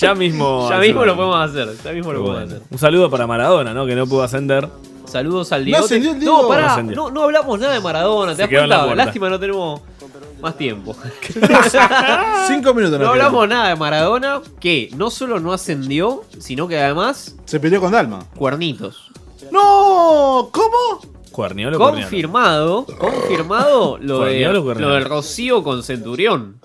ya mismo. ya hacer- mismo lo podemos hacer. Ya mismo lo podemos Bueno. hacer. Un saludo para Maradona, ¿no? Que no pudo ascender. Saludos al No Diegote. ascendió el No, Diego. No pará, ascendió. no, no hablamos nada de Maradona, Se ¿te das quedó en la cuenta? puerta. Lástima no tenemos más tiempo. Cinco minutos. No nos quedan. hablamos nada de Maradona, que no solo no ascendió, sino que además... Se peleó con Dalma. Cuernitos. ¡No! ¿Cómo? Cuerniolo, cuerniolo. Confirmado, confirmado lo, de, Cuerniolo, cuerniolo. lo del Rocío con Centurión.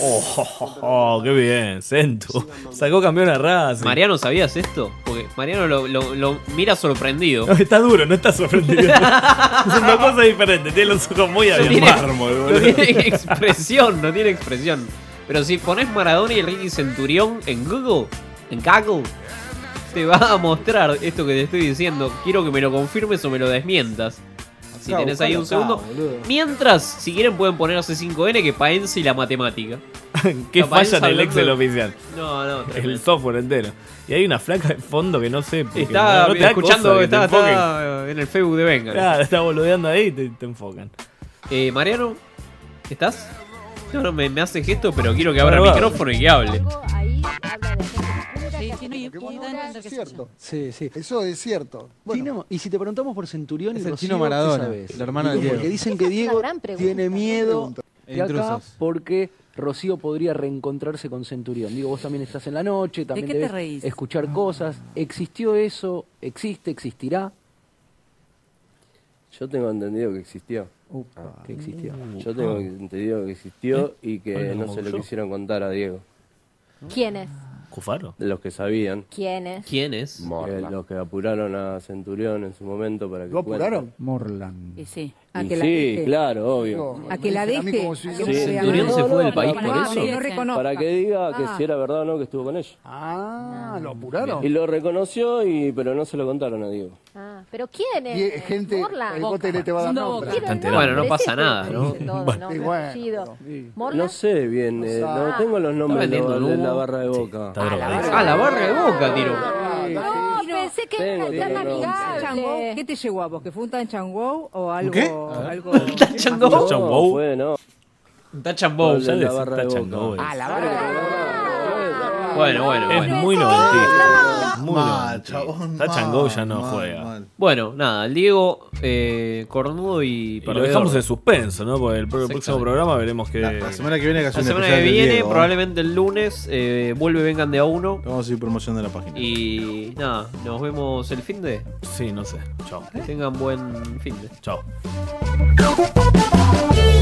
Oh, oh, oh, qué bien, Centu. Sacó campeón a Racing. Mariano, ¿sabías esto? Porque Mariano lo, lo- lo mira sorprendido. No, está duro, no está sorprendido. Son dos cosas diferentes. Tiene los ojos muy No abiertos. tiene- Mármol, No boludo. tiene expresión, no tiene expresión. Pero si pones Maradona y Ricky Centurión en Google, en Google, te va a mostrar esto que te estoy diciendo. Quiero que me lo confirmes o me lo desmientas. Si Acá, tenés ahí un buscalo acá, segundo. boludo. Mientras, si quieren pueden ponerse 5N que paense y la matemática. Qué Capaz falla en el hablando- Excel oficial. No, no, El tremendo. software entero. Y hay una flaca de fondo que no sé. porque Está no- no te da cosa escuchando, que te está, enfoquen. está en el Facebook de Venga. Claro, está boludeando ahí y te, te enfocan. Eh, Mariano, ¿estás? No, no, me, me hace gesto, pero quiero que abra el Bárbaro. micrófono y que hable. Sí, sí. Eso es cierto. y si te preguntamos por Centurión Es y el Rocío, chino Maradona, ¿qué sabés? el hermano de Y Diego. Porque dicen que Esa es Diego la gran pregunta. tiene miedo Pregunta. de acá Intrusos. porque Rocío podría reencontrarse con Centurión. Digo, vos también estás en la noche, también qué te debes reís? escuchar cosas. ¿Existió eso? ¿Existe? ¿Existirá? Yo tengo entendido que existió. que existió. Ah. ¿Eh? Yo tengo entendido que existió y que no se lo quisieron contar a Diego. ¿Quién es? ¿Cufaro? Los que sabían. Eh, ¿Quién es? ¿Quiénes? los que apuraron a Centurión en su momento para que. ¿Lo cuente. apuraron? Morland. Y sí. A Y que la sí, deje. claro, obvio. No, A que la A mí deje. como a si- que Sí. deje ¿Centurión se amar. fue del país No, por no, eso? Que no reconozca. Para que diga que Ah. si era verdad o no que estuvo con ella. Ah, lo apuraron. Y lo reconoció, y pero no se lo contaron a Diego. Ah, ¿Pero quién es? Y, eh, gente, Morland. el bote le te va a dar No, nombre. quiero el Bueno, no nombre, pasa ese nada, que ¿no? dice todo, Bueno. nombre, Y bueno, apellido. No Morland. sé bien, eh, sea, no tengo los nombres de vendiendo la, de la humo. barra de boca. Ah, la barra de boca, tiro. No, pensé que era Tengo, tan tengo, tengo. amigable. ¿Qué te llegó a vos? ¿Que fue un tan changou o algo? ¿Qué? algo... Changó. No, fue, no. Tachambo, Habla de la ¿sabes? barra de Tachambo. boca. la barra. Bueno, bueno, Es bueno. Ah, muy noventista. Muy Mal, noventista. chabón. Está mal, Changó ya no mal, juega. mal. Bueno, nada, el Diego, eh, cornudo y Y lo perdedor. dejamos en suspenso, ¿no? Porque el pro- próximo Exactamente. programa veremos que. La semana que viene hay que La hacer un semana que especial de viene, Diego, ¿eh? probablemente el lunes, eh, vuelve Vengan de a uno. Vamos a ir promocionando la página. Y nada, nos vemos el fin de. Sí, no sé. Chao. Que tengan buen fin de. Chao. Thank you.